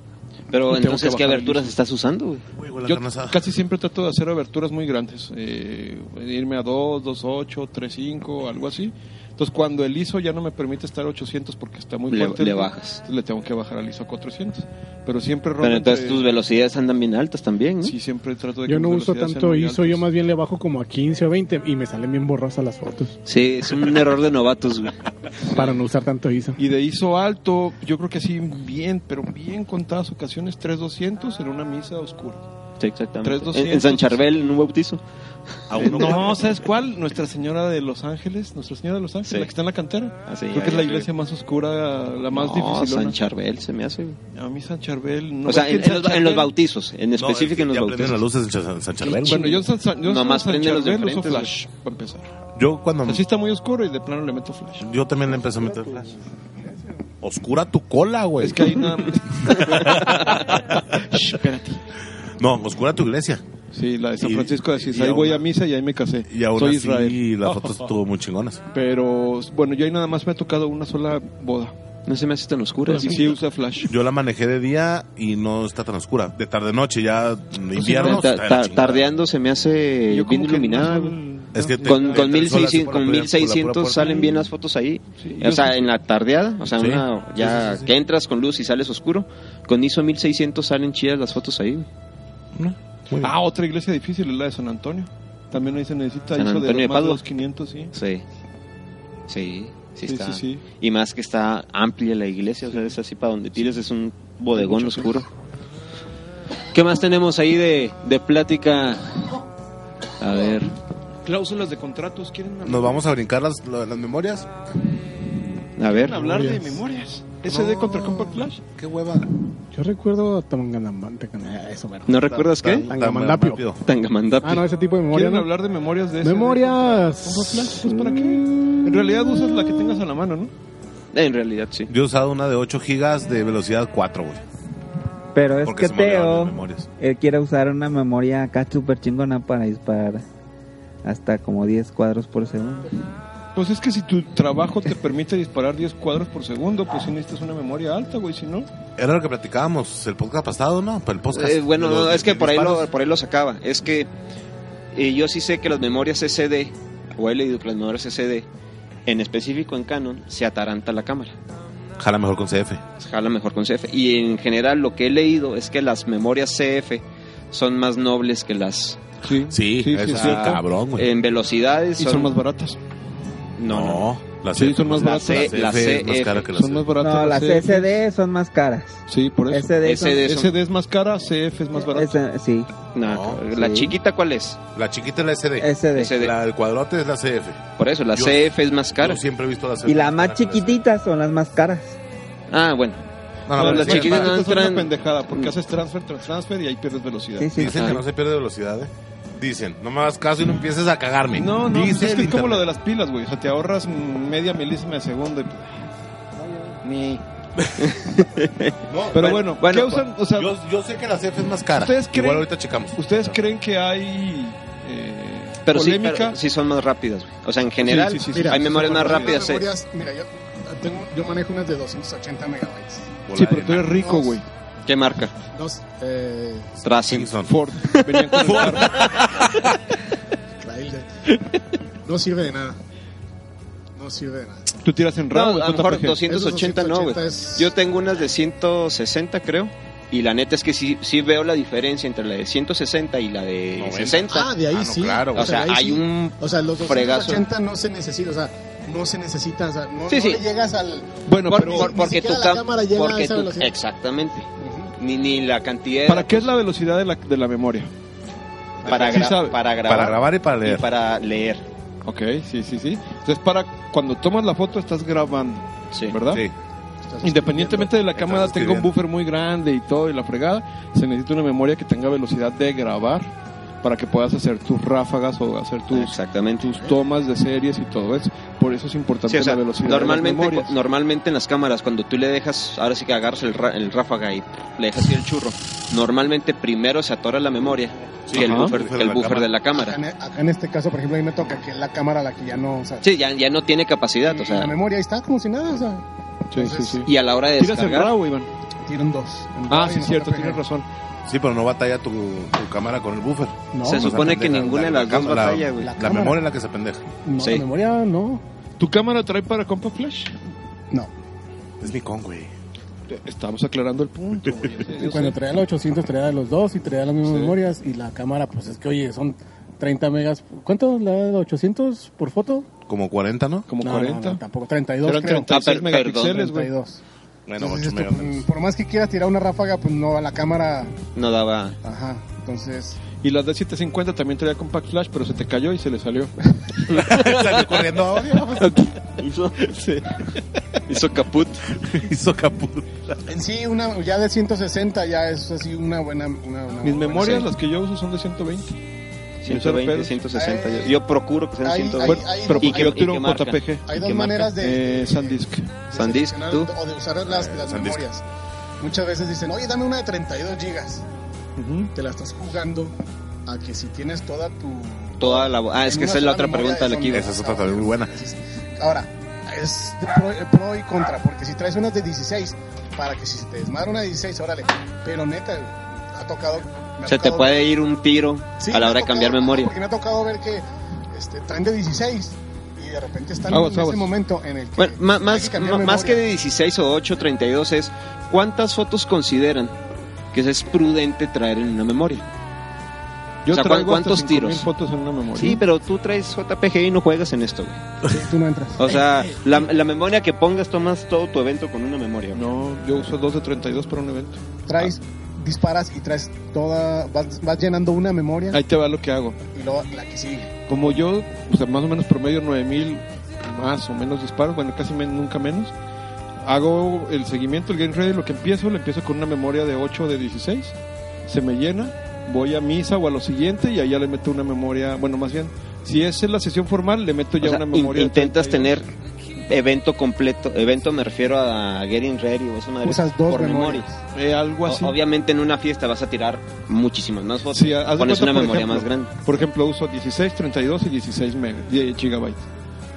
C: Pero
D: Tengo
C: entonces,
D: que
C: ¿qué
D: bajar el
C: aberturas estás usando? güey?
D: Yo casi siempre trato de hacer aberturas muy grandes, eh, irme a 2, 2.8, 3.5, algo así. Entonces, cuando el ISO ya no me permite estar a 800 porque está muy
C: Le-
D: fuerte,
C: le
D: el-
C: bajas.
D: entonces le tengo que bajar al ISO a 400. Pero siempre robo
C: Pero entonces
D: entre-
C: tus velocidades andan bien altas también, ¿no?
D: Sí, siempre trato de
J: Yo
D: que
J: no
D: mis
J: uso
D: velocidades sean
J: tanto
D: muy
J: ISO,
D: altas.
J: yo más bien le bajo como a 15 o 20 y me salen bien borrosas las fotos
C: Sí, es un error de novatos, güey.
J: para no usar tanto ISO.
D: Y de ISO alto, yo creo que sí, bien, pero bien contadas ocasiones, 3200 en una misa oscura.
C: Sí, exactamente.
D: Tres
C: En, en San Charbel, en un bautizo.
D: Eh, no, ¿sabes cuál? Nuestra Señora de Los Ángeles, Nuestra Señora de Los Ángeles,
C: Sí.
D: la que está en la cantera.
C: Ah, sí,
D: creo
C: ya,
D: que es
C: ya,
D: la
C: sí.
D: iglesia más oscura, la más
C: no,
D: difícil.
C: San Charbel se me hace, güey.
D: A mí San Charbel no.
C: o sea,
D: es que
C: en, en los, en los
D: Charbel-
C: bautizos, en específico en los
B: ya prenden
C: bautizos.
B: las luces en San- San Charbel. güey.
D: Bueno, yo, en San, San- yo en
C: Nomás
D: San
C: prende los de
D: Charbel uso
C: enfrente, güey. Mm.
D: flash, para empezar.
B: Yo cuando
D: Así está muy oscuro y de plano le meto flash.
B: yo también le empecé a meter flash. Oscura tu cola, güey.
D: Es que ahí nada Shh, espérate.
B: No, oscura tu iglesia.
D: Sí, la de San
B: Y-
D: Francisco de Asís.
B: y
D: Ahí
B: aún-
D: voy a misa y ahí me casé.
B: Y aún así
D: Soy Israel.
B: las fotos estuvo muy chingonas.
D: Pero bueno, yo ahí nada más me ha tocado una sola boda.
C: No se me hace tan oscura.
D: Y sí usa flash.
B: Yo la manejé de día y no está tan oscura. De tarde noche ya de invierno. está
C: Ta-
B: de la
C: ta-
B: chingada.
C: tardeando se me hace
D: Yo
C: bien
D: como que ah,
C: iluminada.
D: no-
C: güey.
B: Es que te-
C: Con,
B: te-
C: con
B: te- sola,
C: 1600,
B: por la
C: con
B: pura-
C: 1600
B: por la pura
C: salen
B: puerta.
C: bien las fotos ahí.
D: Sí,
C: o
D: yo
C: sea,
D: sí.
C: en la tardeada, o sea,
B: Sí.
C: una, ya
B: Sí, sí, sí.
C: que entras con luz y sales oscuro. Con ISO 1600 salen chidas las fotos ahí. güey.
B: Muy bien.
D: Ah, otra iglesia difícil es la de San Antonio. También ahí se necesita
C: San
D: ISO
C: Antonio de
D: de más de
C: Padua.
D: los 500, sí.
C: Sí. Sí, sí,
D: Sí,
C: está.
D: sí, sí.
C: Y más que está amplia la iglesia, o sea, es así para donde tires, es un bodegón oscuro. ¿Qué más tenemos ahí de, de plática? A ver,
D: Cláusulas de contratos, ¿quieren hablar?
B: Nos vamos a brincar las, la- las memorias.
C: a ver.
D: ¿Quieren hablar de memorias? SD contra Compact Flash.
B: Qué hueva.
J: Yo recuerdo a Tamanganambante, eso, bueno.
C: ¿No recuerdas qué?
J: Tangamandapio.
B: rápido.
C: Tangamandapi.
J: Ah, no, ese tipo de memoria.
D: ¿Quieren
J: ¿no?
D: hablar de memorias de SD?
J: Memorias.
D: Compact Flash,
J: Mm.
D: pues, para qué? En realidad usas la que tengas a la mano, ¿no?
C: En realidad, sí.
B: Yo he usado una de 8 gigas de velocidad 4, güey.
G: Pero es
B: Porque
G: que
B: se me olvidaban
G: Teo
B: las memorias.
G: él quiere usar una memoria acá súper chingona para disparar hasta como 10 cuadros por segundo.
D: Pues es que si tu trabajo te permite disparar 10 cuadros por segundo, pues sí necesitas una memoria alta, güey, si no.
B: Era lo que platicábamos el podcast pasado, ¿no? Para el podcast.
C: Eh, bueno,
B: De los
C: no, es que por ahí, lo,
B: disparos.
C: por ahí lo sacaba. Es que eh, yo sí sé que las memorias SD, o he leído que las memorias SD, en específico en Canon, se ataranta la cámara.
B: Jala mejor con CF.
C: Se jala mejor con CF. Y en general lo que he leído es que las memorias CF son más nobles que las
D: Sí,
B: Sí,
D: sí,
B: es
D: es cierto.
B: cabrón, güey.
C: en velocidades.
D: Y son más baratas.
C: No, no.
B: La
D: Sí,
B: CF
D: son más
B: pues la
D: baratas.
B: C- La CF es más
C: CF.
B: cara que la
D: Son más
B: CF.
D: baratas.
G: No, las
D: CF.
G: SD son más caras.
D: Sí, por eso.
G: SD son-
C: SD son-
D: SD es más cara, CF es más barata.
G: S- sí,
C: No,
G: No,
C: la
G: sí.
C: chiquita cuál es?
B: La chiquita es la
C: Eh.
B: SD.
G: SD.
C: SD.
B: La del cuadrote es la CF.
C: Por eso la
B: Yo-
C: CF es más cara.
B: Yo siempre he visto la CF.
G: Y las más
B: cara que la CF.
G: chiquititas son las más caras.
C: Ah, bueno.
B: No,
C: No,
B: pero
C: las
B: sí,
C: chiquitas
B: es
C: no
B: más-
D: Esto es una
C: entran- Mm.
D: pendejada porque haces transfer tras transfer y ahí pierdes velocidad.
G: Sí, sí.
B: Dicen que no se pierde velocidad, ¿eh? Dicen, no me hagas caso y no empieces a cagarme.
D: No, no, pues
B: Dice
D: es que
B: el
D: es como
B: internet.
D: lo de las pilas, güey. O sea, te ahorras media milísima de segundo. y- Ni.
B: No,
D: Pero bueno,
C: bueno,
D: ¿qué usan? O sea,
B: Yo, yo sé que la CF es más cara.
D: ¿Ustedes creen-
B: Igual ahorita checamos.
D: ¿ustedes creen que hay eh,
C: Pero sí,
D: polémica?
C: pero sí son más rápidas. güey. O sea, en general
D: Sí, sí, sí, sí.
C: hay
D: Mira,
C: memorias
D: son
C: más
D: más
C: rápidas. eh.
F: memorias, mira, yo, tengo- yo manejo unas de 280 megabytes.
D: Sí, pero tú eres rico, güey.
C: ¿Qué marca?
F: Dos, eh,
C: Tracing.
B: Simpson.
D: Ford. Venían con el carro.
I: Railde. No sirve de nada. No sirve de nada.
D: Tú tiras en
C: No,
D: RAM.
C: a lo mejor
D: JPG.
C: 280 no, güey.
I: 280 es-
C: Yo tengo unas de 160, creo. Y la neta es que sí, sí veo la diferencia entre la de 160 y la de 60.
I: Ah, de ahí
B: Ah, no,
I: sí.
B: claro, güey.
C: o
I: de
C: sea,
I: ahí
C: hay
I: sí.
C: un...
I: O sea, los
C: fregazo.
I: 280 no se necesita, o sea, no se necesita, o sea, no,
C: Sí,
I: no
C: sí.
I: le llegas al...
D: Bueno,
C: por-
I: pero-
C: por-
I: Ni
C: porque tu
I: siquiera la
C: cam-
I: cámara llega a
C: porque
I: esa
C: tu-
I: velocidad.
C: Exactamente. Ni, ni la cantidad... de-
D: ¿para qué es la velocidad de la, de la memoria?
C: para,
D: sí
C: gra-
D: sabe.
C: para grabar.
B: Para grabar y para
C: y
B: leer.
C: para leer.
D: Ok, sí, sí, sí. Entonces, para cuando tomas la foto estás grabando,
C: Sí.
D: ¿verdad?
B: Sí.
D: Independientemente de la
B: Estás
D: cámara, tenga un
B: escribiendo.
D: buffer muy grande y todo y la fregada, se necesita una memoria que tenga velocidad de grabar para que puedas hacer tus ráfagas o hacer tus, tus tomas de series y todo eso. Por eso es importante
C: Sí, o sea,
D: la velocidad. de las
C: normalmente,
D: memorias.
C: cu- normalmente en las cámaras, cuando tú le dejas, ahora sí que agarras el, ra- el ráfaga y le dejas ir el churro, normalmente primero se atora la memoria que el
F: Ajá.
C: buffer, que el buffer de la cámara.
F: Acá en, acá en este caso, por ejemplo, ahí me toca que es la cámara la que ya no. O sea,
C: Sí, ya, ya no tiene capacidad, o
F: la
C: sea,
F: memoria ahí está como si nada. O sea,
C: y a la hora de
F: Tiras el
C: descargar...
F: RAW, tiran dos.
B: Ah, sí, cierto,
F: tienes
D: razón.
B: Sí, pero no batalla tu, tu cámara con el buffer.
F: No.
B: O sea,
F: Se supone
B: pendeja,
F: que ninguna de las dos
B: cámara-
F: batalla, güey.
B: La,
F: La
B: la
F: cámara.
B: memoria es la que se pendeja.
F: No, la memoria no.
D: ¿Tu cámara trae para compa flash?
F: No.
B: Es mi con, güey.
D: Eh, Estamos aclarando el punto. güey. Yo sé, yo
F: Cuando
D: sé.
F: traía la 800 traía los dos y traía las mismas memorias y la cámara, pues es que oye, son 30 megas. ¿Cuánto la 800 por foto?
B: Como 40, ¿no?
D: Como
F: No, no, no, tampoco, 32
B: Eran
F: creo.
B: 36 Ah, per- megapíxeles, güey.
F: 32.
B: Bueno,
F: Entonces,
B: 8
F: esto,
B: megas.
F: mm, por más que quieras tirar una ráfaga, pues no a la cámara.
C: No daba...
F: Ajá, entonces.
D: Y la D750 también traía compact flash, pero se te cayó y se le salió.
B: Salió corriendo
D: Hizo,
C: hizo caput.
B: Hizo caput.
F: En sí, una, ya de 160 ya es así una buena. Una, una
D: Mis
F: buena-
D: memorias,
F: sí.
D: las que yo uso, son de 120.
C: 120, 160. yo- Yo procuro que sean
F: Ahí-
C: 120.
F: ahí- ahí-
D: Pero
F: ¿Y
D: porque
F: qué-
D: yo
F: y
D: tiro
F: qué
D: un
F: marca?
D: JPG.
F: Hay
D: ¿Y
F: dos
D: qué marca?
F: maneras de-
D: Eh, SanDisk.
C: SanDisk, tú.
F: O de usar las, las
C: SanDisk.
F: memorias. Muchas veces dicen, oye, dame una de 32 gigas. Te la estás jugando a que si tienes toda tu.
C: Toda la... Ah, es
F: En
C: que esa
F: una
C: es la
F: sola
C: otra
F: memoria
C: pregunta del
F: son
C: equipo.
F: Esa es otra
B: también muy buena.
F: Ahora, es de pro, eh, pro y contra, porque si traes unas de 16, para que si se te desmadra una de 16, órale. Pero neta, ha tocado. me ha
C: Se te
F: tocado
C: puede ir un tiro
F: Sí,
C: a la
F: me
C: hora de
F: ha
C: cambiar
F: tocado,
C: memoria.
F: Porque me ha tocado ver que este, traen de 16 y de repente están
C: Aguas,
F: en
C: aguas.
F: ese momento en el que.
C: Bueno, ma- más,
F: que cambiar
C: ma- más que
F: memoria.
C: de 16 o 8, 32 es cuántas fotos consideran que es prudente traer en una memoria. o
D: Yo
C: sea, ¿cuán-
D: traigo hasta
C: ¿cuántos
D: 5000
C: tiros?
D: fotos en una memoria.
C: Sí, pero tú traes JPG y no juegas en esto, güey.
F: tú no entras.
C: O sea, la, la memoria que pongas tomas todo tu evento con una memoria.
D: No, yo uso dos de 32 para un evento.
F: Traes, disparas y traes toda. Vas, vas llenando una memoria
D: Ahí te va lo que hago.
F: y luego la que sigue.
D: Como yo, o sea, más o menos promedio 9000 más o menos disparos, bueno, casi men- nunca menos. Hago el seguimiento, el game ready, lo que empiezo, lo empiezo con una memoria de 8 o de 16. Se me llena, voy a misa o a lo siguiente y allá le meto una memoria, bueno, más bien, si es en la sesión formal, le meto
C: O
D: ya
C: sea,
D: una
C: in-
D: memoria. de
C: intentas
D: 32.
C: tener evento completo. Evento me refiero a Getting Ready o eso madre.
F: Usas dos
C: por memoria.
D: Eh, algo así.
C: O- obviamente en una fiesta vas a tirar muchísimas más fotos.
D: Sí, haz de
C: Pones
D: cuenta,
C: una
D: por
C: memoria
D: ejemplo,
C: más grande.
D: Por ejemplo, uso 16, 32 y 16 mega- die- gigabytes.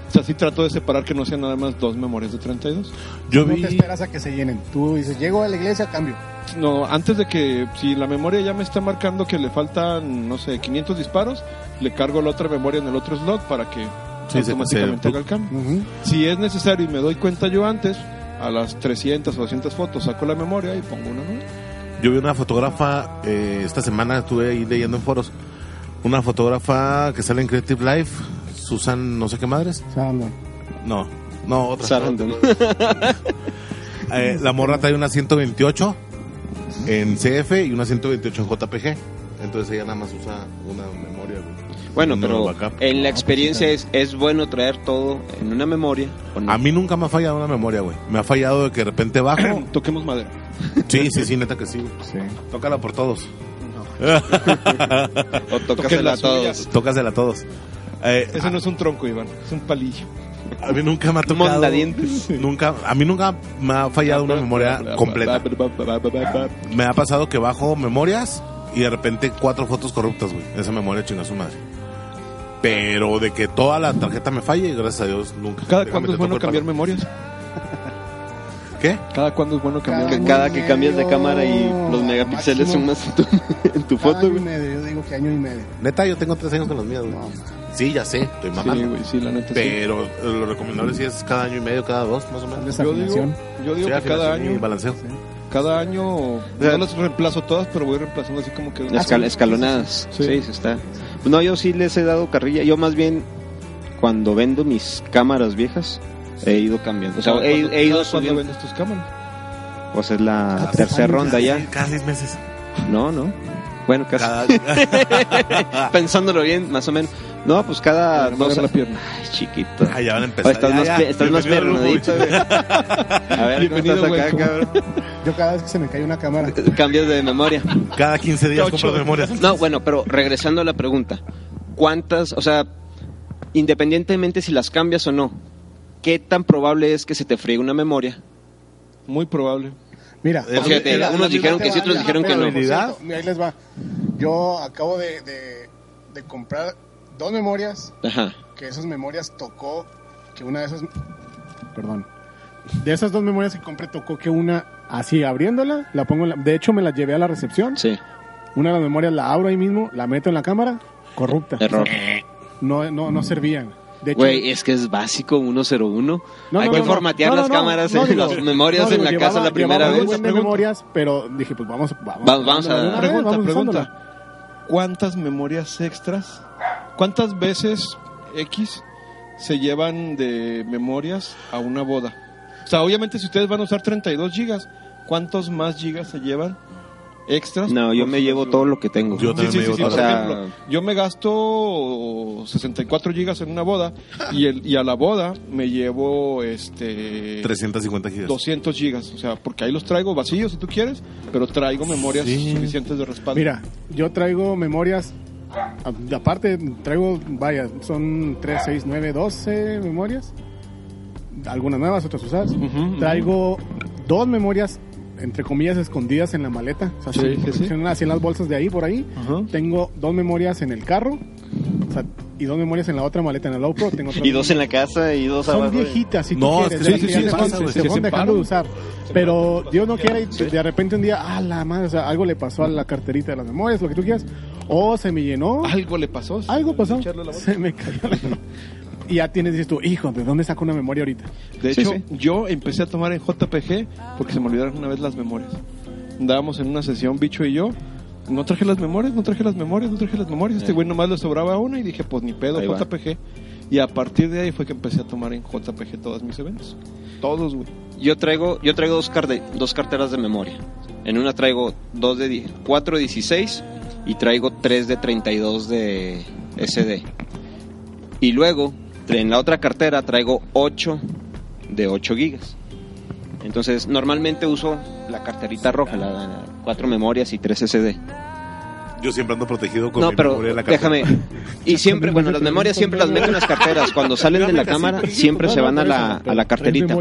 D: O sea, sí trato de separar que no sean nada más dos memorias de 32.
B: Yo
F: No te esperas a que se llenen. Tú dices, llego a la iglesia, cambio.
D: No, antes de que, si la memoria ya me está marcando que le faltan, no sé, 500 disparos, le cargo la otra memoria en el otro slot para que
B: Sí, se-
D: automáticamente
B: se-
D: haga el cambio. Si es necesario y me doy cuenta yo antes, a las 300 o 200 fotos saco la memoria y pongo una nueva.
B: Yo vi una fotógrafa, eh, esta semana estuve ahí leyendo en foros, una fotógrafa que sale en Creative Life, Susan no sé qué madres.
F: Sandra.
B: No, no, otra.
C: Sarandon.
B: Eh, la morra trae una 128 en CF y una 128 en JPG. Entonces ella nada más usa una memoria. güey.
C: Bueno,
B: No,
C: pero eh,
B: backup.
C: en la experiencia
D: pues,
C: es, es bueno traer todo en una memoria.
B: A mí nunca me ha fallado una memoria, güey. Me ha fallado de que de repente bajo.
D: Toquemos madera.
B: Sí, sí, sí, neta que sí. güey. Tócala por todos.
C: O
D: Toquen
C: tócasela a
D: las
C: todos.
D: suyas.
B: Tócasela a todos. Eh,
D: Ese no es un tronco, Iván, es un palillo.
B: a mí nunca me ha tocado.
C: Mondadientes.
B: Nunca, a mí nunca me ha fallado una memoria completa. Me ha pasado que bajo memorias y de repente cuatro fotos corruptas, güey. Esa memoria chinga su madre. Pero de que toda la tarjeta me falle, gracias a Dios, nunca.
D: ¿Cada
B: Déjame,
D: cuándo
B: te
D: es
B: toco
D: bueno
B: el
D: cambiar memorias?
B: palo. ¿Qué?
D: ¿Cada cuándo es bueno cambiar
C: Que
D: memorias?
C: cada que cambias de cámara y los megapíxeles son más en tu, en tu
F: Cada
C: foto,
F: año y
C: güey.
F: medio, yo digo que año y medio.
B: Neta, yo tengo tres años con los míos, güey. Sí, ya sé, estoy
D: Sí,
B: mamando.
D: güey, sí, la neta sí.
B: pero eh, lo recomendable sí es cada año y medio, cada dos, más o menos.
D: Yo digo,
F: Desafinación.
D: yo digo
B: Sí,
D: que cada
B: afinación y
D: año,
B: balanceo.
D: cada año, no las reemplazo todas, pero voy reemplazando así como que...
C: Escal- escalonadas.
D: Ah, Sí.
C: Sí, se está. No, yo sí les he dado carrilla. Yo más bien, cuando vendo mis cámaras viejas, he ido cambiando. O sea,
D: Cada
C: he,
D: cuando-
C: he ido
D: cada cuando
C: subiendo.
D: vendes tus cámaras.
C: Pues es
D: Ah,
C: la tercera ronda ya.
B: Cada seis meses. Ah,
C: No, no. Bueno, casi.
B: Cada-
C: Pensándolo bien, más o menos. No, pues cada
D: Nada más
C: dos.
D: agarra la pierna.
C: Ay, chiquito.
B: Ah, ya van a empezar.
C: Estás
B: ya,
C: más
B: ya.
C: pe- estás más
B: Bienvenido al
C: piernudito,
B: grupo,
C: A ver, ¿cómo
D: Bienvenido,
C: estás acá,
D: güey, ¿cómo?
C: cabrón?
F: Yo cada vez que se me cae una cámara.
C: Cambias de memoria.
B: Cada 15 días compro memorias.
C: No, bueno, pero regresando a la pregunta, ¿cuántas, o sea, independientemente si las cambias o no, qué tan probable es que se te friegue una memoria?
D: Muy probable.
F: Mira,
C: O sea, te- Eh, unos dijeron que sí, otros dijeron que no.
F: Mira, ahí les va. Yo acabo de, de- de comprar dos memorias,
C: Ajá.
F: que esas memorias tocó, que una de esas... Perdón. De esas dos memorias que compré tocó que una, así abriéndola, la pongo... en la- de hecho, me la llevé a la recepción.
C: Sí,
F: Una de las memorias la abro ahí mismo, la meto en la cámara, corrupta.
C: error. Mm.
F: No, no, no servían. De hecho,
C: Güey, es que es básico 101.
F: No,
C: Hay
F: no,
C: que
F: no, no.
C: formatear
F: No, no,
C: las
F: no,
C: cámaras,
F: no, digo,
C: las memorias
F: no,
C: en la
F: digo,
C: casa
F: llevaba-
C: la primera
F: llevaba un
C: vez.
F: buen de memorias, pero dije, pues vamos, vamos,
C: Va- vamos a-
F: de una vez,
D: Pregunta,
F: vamos
D: pregunta.
F: usándola.
D: ¿Cuántas memorias extras? ¿Cuántas veces X se llevan de memorias a una boda? O sea, obviamente si ustedes van a usar 32 gigas, ¿cuántos más gigas se llevan extras?
C: No, yo
D: Por
C: me
D: su-
C: llevo todo lo que tengo.
B: Yo
D: Sí,
B: también
D: sí,
B: me
D: sí,
B: llevo
D: sí,
B: todo.
D: por
C: o sea,
D: ejemplo, yo me gasto 64 gigas en una boda y, el, y a la boda me llevo este
B: 350 gigas.
D: 200 gigas, o sea, porque ahí los traigo vacíos si tú quieres, pero traigo memorias
B: Sí.
D: suficientes de respaldo.
F: Mira, yo traigo memorias. a- Aparte, traigo, vaya, son 3, 6, 9, 12 memorias. Algunas nuevas, otras usadas.
D: ujú.
F: Traigo dos memorias, entre comillas, escondidas en la maleta. O sea,
D: Sí,
F: así,
D: sí, sí.
F: coleccionadas, así en las bolsas de ahí, por ahí.
D: Ajá.
F: Tengo dos memorias en el carro. o sea, y dos memorias en la otra maleta, en la GoPro. Tengo otra
C: y dos en la casa y dos
F: son
C: abajo.
F: viejitas, si tú
B: No, es
F: quieres.
B: que sí,
F: ya-
B: sí,
F: ya
B: sí,
F: se
B: pasa,
F: van-
B: güey,
F: se
D: que
F: van
D: se
F: dejando este, de
D: paran.
F: usar. Pero Dios no quiera y de repente un día, ah, la madre, o sea, algo le pasó a la carterita de las memorias, lo que tú quieras. O se me llenó,
D: Algo le pasó. sí,
F: algo
D: de
F: pasó,
D: echarle la boca.
F: se me cayó la Y ya tienes, dices tú, hijo, ¿de dónde saco una memoria ahorita?
D: De
C: Sí,
D: hecho,
C: sí.
D: yo empecé a tomar en JPG porque se me olvidaron una vez las memorias. Andábamos en una sesión, bicho y yo. No traje las memorias, no traje las memorias, no traje las memorias. Este
C: Eh.
D: güey nomás le sobraba una y dije, pues ni pedo,
C: Ahí va.
D: JPG. Y a partir de ahí fue que empecé a tomar en JPG todos mis eventos. Todos, güey.
C: Yo traigo, yo traigo dos, carde- dos carteras de memoria. En una traigo dos de di- cuatro de 16 y traigo tres de 32 de SD. Y luego, tra- en la otra cartera traigo 8 de 8 gigas. Entonces, normalmente uso la carterita roja, la, la- cuatro memorias y tres SD.
B: Yo siempre ando protegido con
C: No,
B: mi
C: pero
B: memoria en la cartera.
C: déjame. Y siempre, bueno, las memorias siempre las meto en las carteras. Cuando salen de la cámara, siempre se van a la, a la carterita.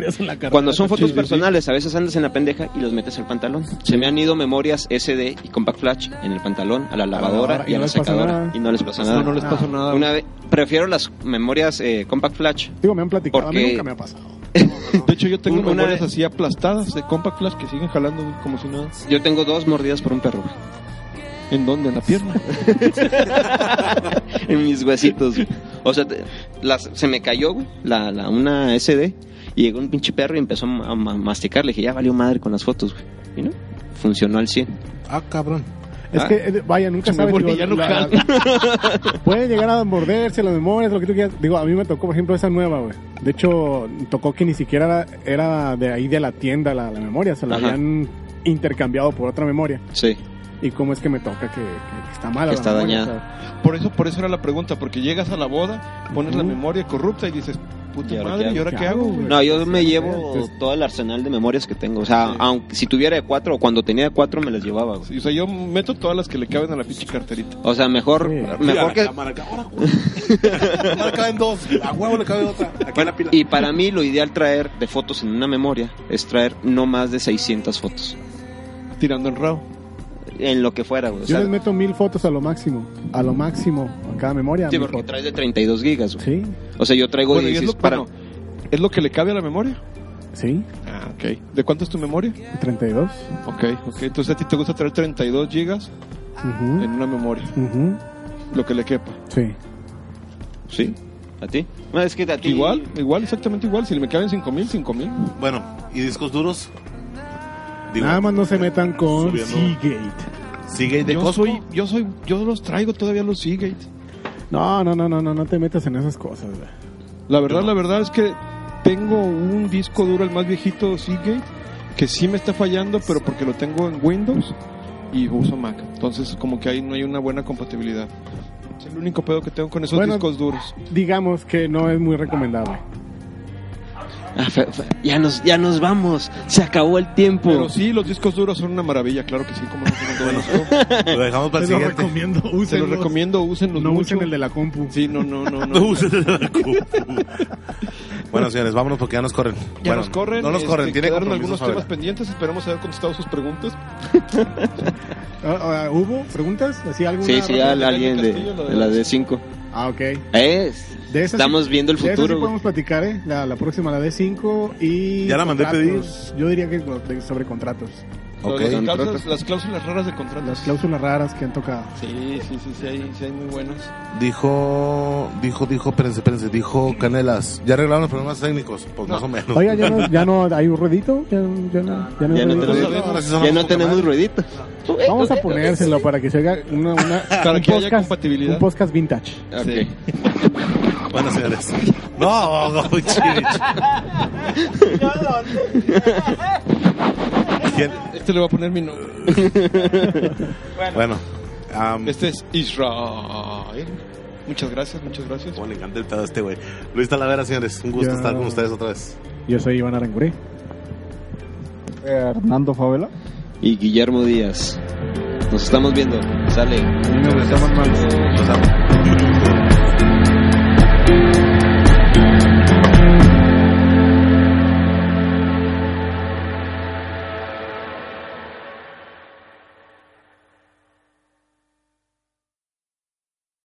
C: Cuando son fotos personales, a veces andas en la pendeja y los metes al pantalón. Se me han ido memorias SD y Compact Flash en el pantalón, a la lavadora
F: lavadora,
C: y a la
F: les pasa
C: secadora.
F: nada.
C: Y no les pasa
D: No, no
C: nada.
D: les pasó nada.
C: Una vez, prefiero las memorias eh, Compact Flash.
F: Digo, me han platicado, a mí
C: Porque-
F: nunca me ha pasado.
D: De hecho, yo tengo
C: Una
D: memorias
C: vez-
D: así aplastadas de Compact Flash que siguen jalando güey, como si nada.
C: Yo tengo dos mordidas por un perro.
D: ¿En dónde? ¿En la pierna?
C: en mis huesitos. güey. O sea, te- las- se me cayó güey, la, la, una SD y llegó un pinche perro y empezó a ma- ma- masticar. Le dije, ya valió madre con las fotos, güey. Y no, funcionó al 100.
B: Ah, cabrón.
F: Es
C: Ah.
F: que, eh, vaya, nunca
D: Se me
F: sabes.
D: volvió ya
F: digo,
D: no
F: la-
D: jalo.
F: Pueden llegar a morderse las memorias, lo que tú quieras. Digo, a mí me tocó, por ejemplo, esa nueva, güey. De hecho, tocó que ni siquiera era de ahí de la tienda la, la memoria, se la
C: Ajá.
F: habían intercambiado por otra memoria.
C: Sí.
F: ¿Y cómo es que me toca que, que- que está mala?
C: Que
F: la
C: está
F: memoria?
C: dañada.
F: O sea,
D: Por eso, por eso era la pregunta, porque llegas a la boda, pones la
F: Ujú.
D: memoria corrupta y dices, puta
C: ¿Y ahora
D: madre,
C: qué
D: ¿y ahora
F: hago?
D: qué hago?
F: ¿Qué
D: güey?
F: hago,
C: No, yo me
F: Pues, Sí,
C: llevo
F: entonces-
C: todo el arsenal de memorias que tengo. O sea,
D: Sí.
C: aunque si tuviera de cuatro o cuando tenía de cuatro me las llevaba, güey.
D: Sí, O sea, yo meto todas las que le caben a la pinche carterita.
C: O sea, mejor,
F: Sí.
C: mejor que...
B: caben dos. A huevo le cabe otra. Aquí en la pila.
C: Y para mí lo ideal traer de fotos en una memoria es traer no más de 600 fotos.
D: Tirando en RAW.
C: En lo que fuera, güey. O
F: yo
C: sea,
F: les meto mil fotos a lo máximo. A lo máximo. A cada memoria.
C: sí,
F: mil
C: porque
F: fotos.
C: traes de 32 gigas, güey.
F: Sí,
C: O sea, yo traigo
D: Bueno, y es
C: 16
D: lo,
C: para...
D: bueno, ¿es lo que le cabe a la memoria?
F: sí.
D: Ah, ok. ¿De cuánto es tu memoria?
F: 32.
D: Ok, ok. Entonces a ti te gusta traer 32 gigas
F: Ujú,
D: en
C: Eh.
D: una memoria,
F: ujú,
D: lo que le quepa.
F: Sí.
C: ¿Sí? ¿A ti? No, es que a ti.
D: Igual, igual, exactamente igual. Si me caben 5000, 5000.
B: Bueno, ¿y discos duros? Digo,
F: Nada más no se metan con
B: subiendo.
F: Seagate.
B: ¿Sigue Eh, de
D: yo
B: Costco?
D: soy, yo soy, yo los traigo todavía los Seagate.
F: No, no, no, no, no, no te metas en esas cosas. güey.
D: La verdad, la verdad es que tengo un disco duro, el más viejito Seagate, que sí me está fallando, pero porque lo tengo en Windows y uso Mac. Entonces, como que ahí no hay una buena compatibilidad. Es el único pedo que tengo con esos
F: Bueno,
D: discos duros.
F: Digamos que no es muy recomendable.
C: Ah, fe- fe- ya, nos, ya nos vamos. Se acabó el tiempo.
D: Pero sí, los discos duros son una maravilla, claro que sí, como no son buenos.
B: Lo dejamos para el
F: Te lo
B: siguiente.
F: recomiendo.
D: Se los
F: úsenlos.
D: recomiendo, úsenlos
F: No
D: mucho.
F: usen el de la compu.
D: Sí, no, no,
B: No
D: no. no.
B: uses la compu. bueno, señores, vámonos porque ya nos corren.
D: Ya
B: Bueno,
D: nos corren.
B: No nos
D: este,
B: corren, tiene
D: quedaron
B: compromisos
D: algunos temas
B: Fabiola.
D: pendientes. Esperemos haber contestado sus preguntas.
F: Ah, ah, ¿Hubo preguntas? ¿Así alguna
C: Sí, sí,
F: razón?
C: al- alguien de, de la de 5.
F: Ah, ok.
C: Es.
F: De esas
C: Estamos
F: sí-
C: viendo el
F: de esas sí
C: futuro. güey.
F: podemos platicar, ¿eh? La, la próxima, la D5 y...
B: Ya la mandé
F: contratos. Yo diría que es lo- de- sobre contratos.
B: Ok.
D: Las, cláusulas,
C: Contratos.
D: las cláusulas raras de
F: Las
D: contratos.
F: cláusulas raras que han tocado.
D: Sí, sí, sí, sí, hay, sí hay muy buenas.
B: Dijo, dijo, dijo, espérense, espérense, dijo Canelas. Ya arreglaron los problemas técnicos, pues más o menos.
F: Oiga, ya no, ya no hay un ruedito. Ya, ya no, ya
C: Ya
F: no hay
C: no
F: ruedito.
B: Entonces,
C: tenemos-
B: ahora sí
C: Ya
B: sonamos
C: no
B: poca
C: tenemos
B: madre.
C: rueditos.
F: Vamos a ponérselo para que se haga una, una-
D: Para
F: un,
D: que haya
F: podcast,
D: compatibilidad.
F: un podcast vintage.
C: Ok.
D: Sí.
B: Bueno, señores. No, no, chich. ¿Quién?
D: Este le voy a poner mi nombre.
B: Bueno. am,
D: Este es Israel. Muchas gracias, muchas gracias.
B: cómo le encanta el pedo a este güey. Luis Talavera, señores. Un gusto
F: Ya.
B: estar con ustedes otra vez.
F: Yo soy Iván Arangurí. Eh, Hernando Favela.
C: Y Guillermo Díaz. Nos estamos viendo. Sale.
F: Nos vemos mal.
B: Los amo.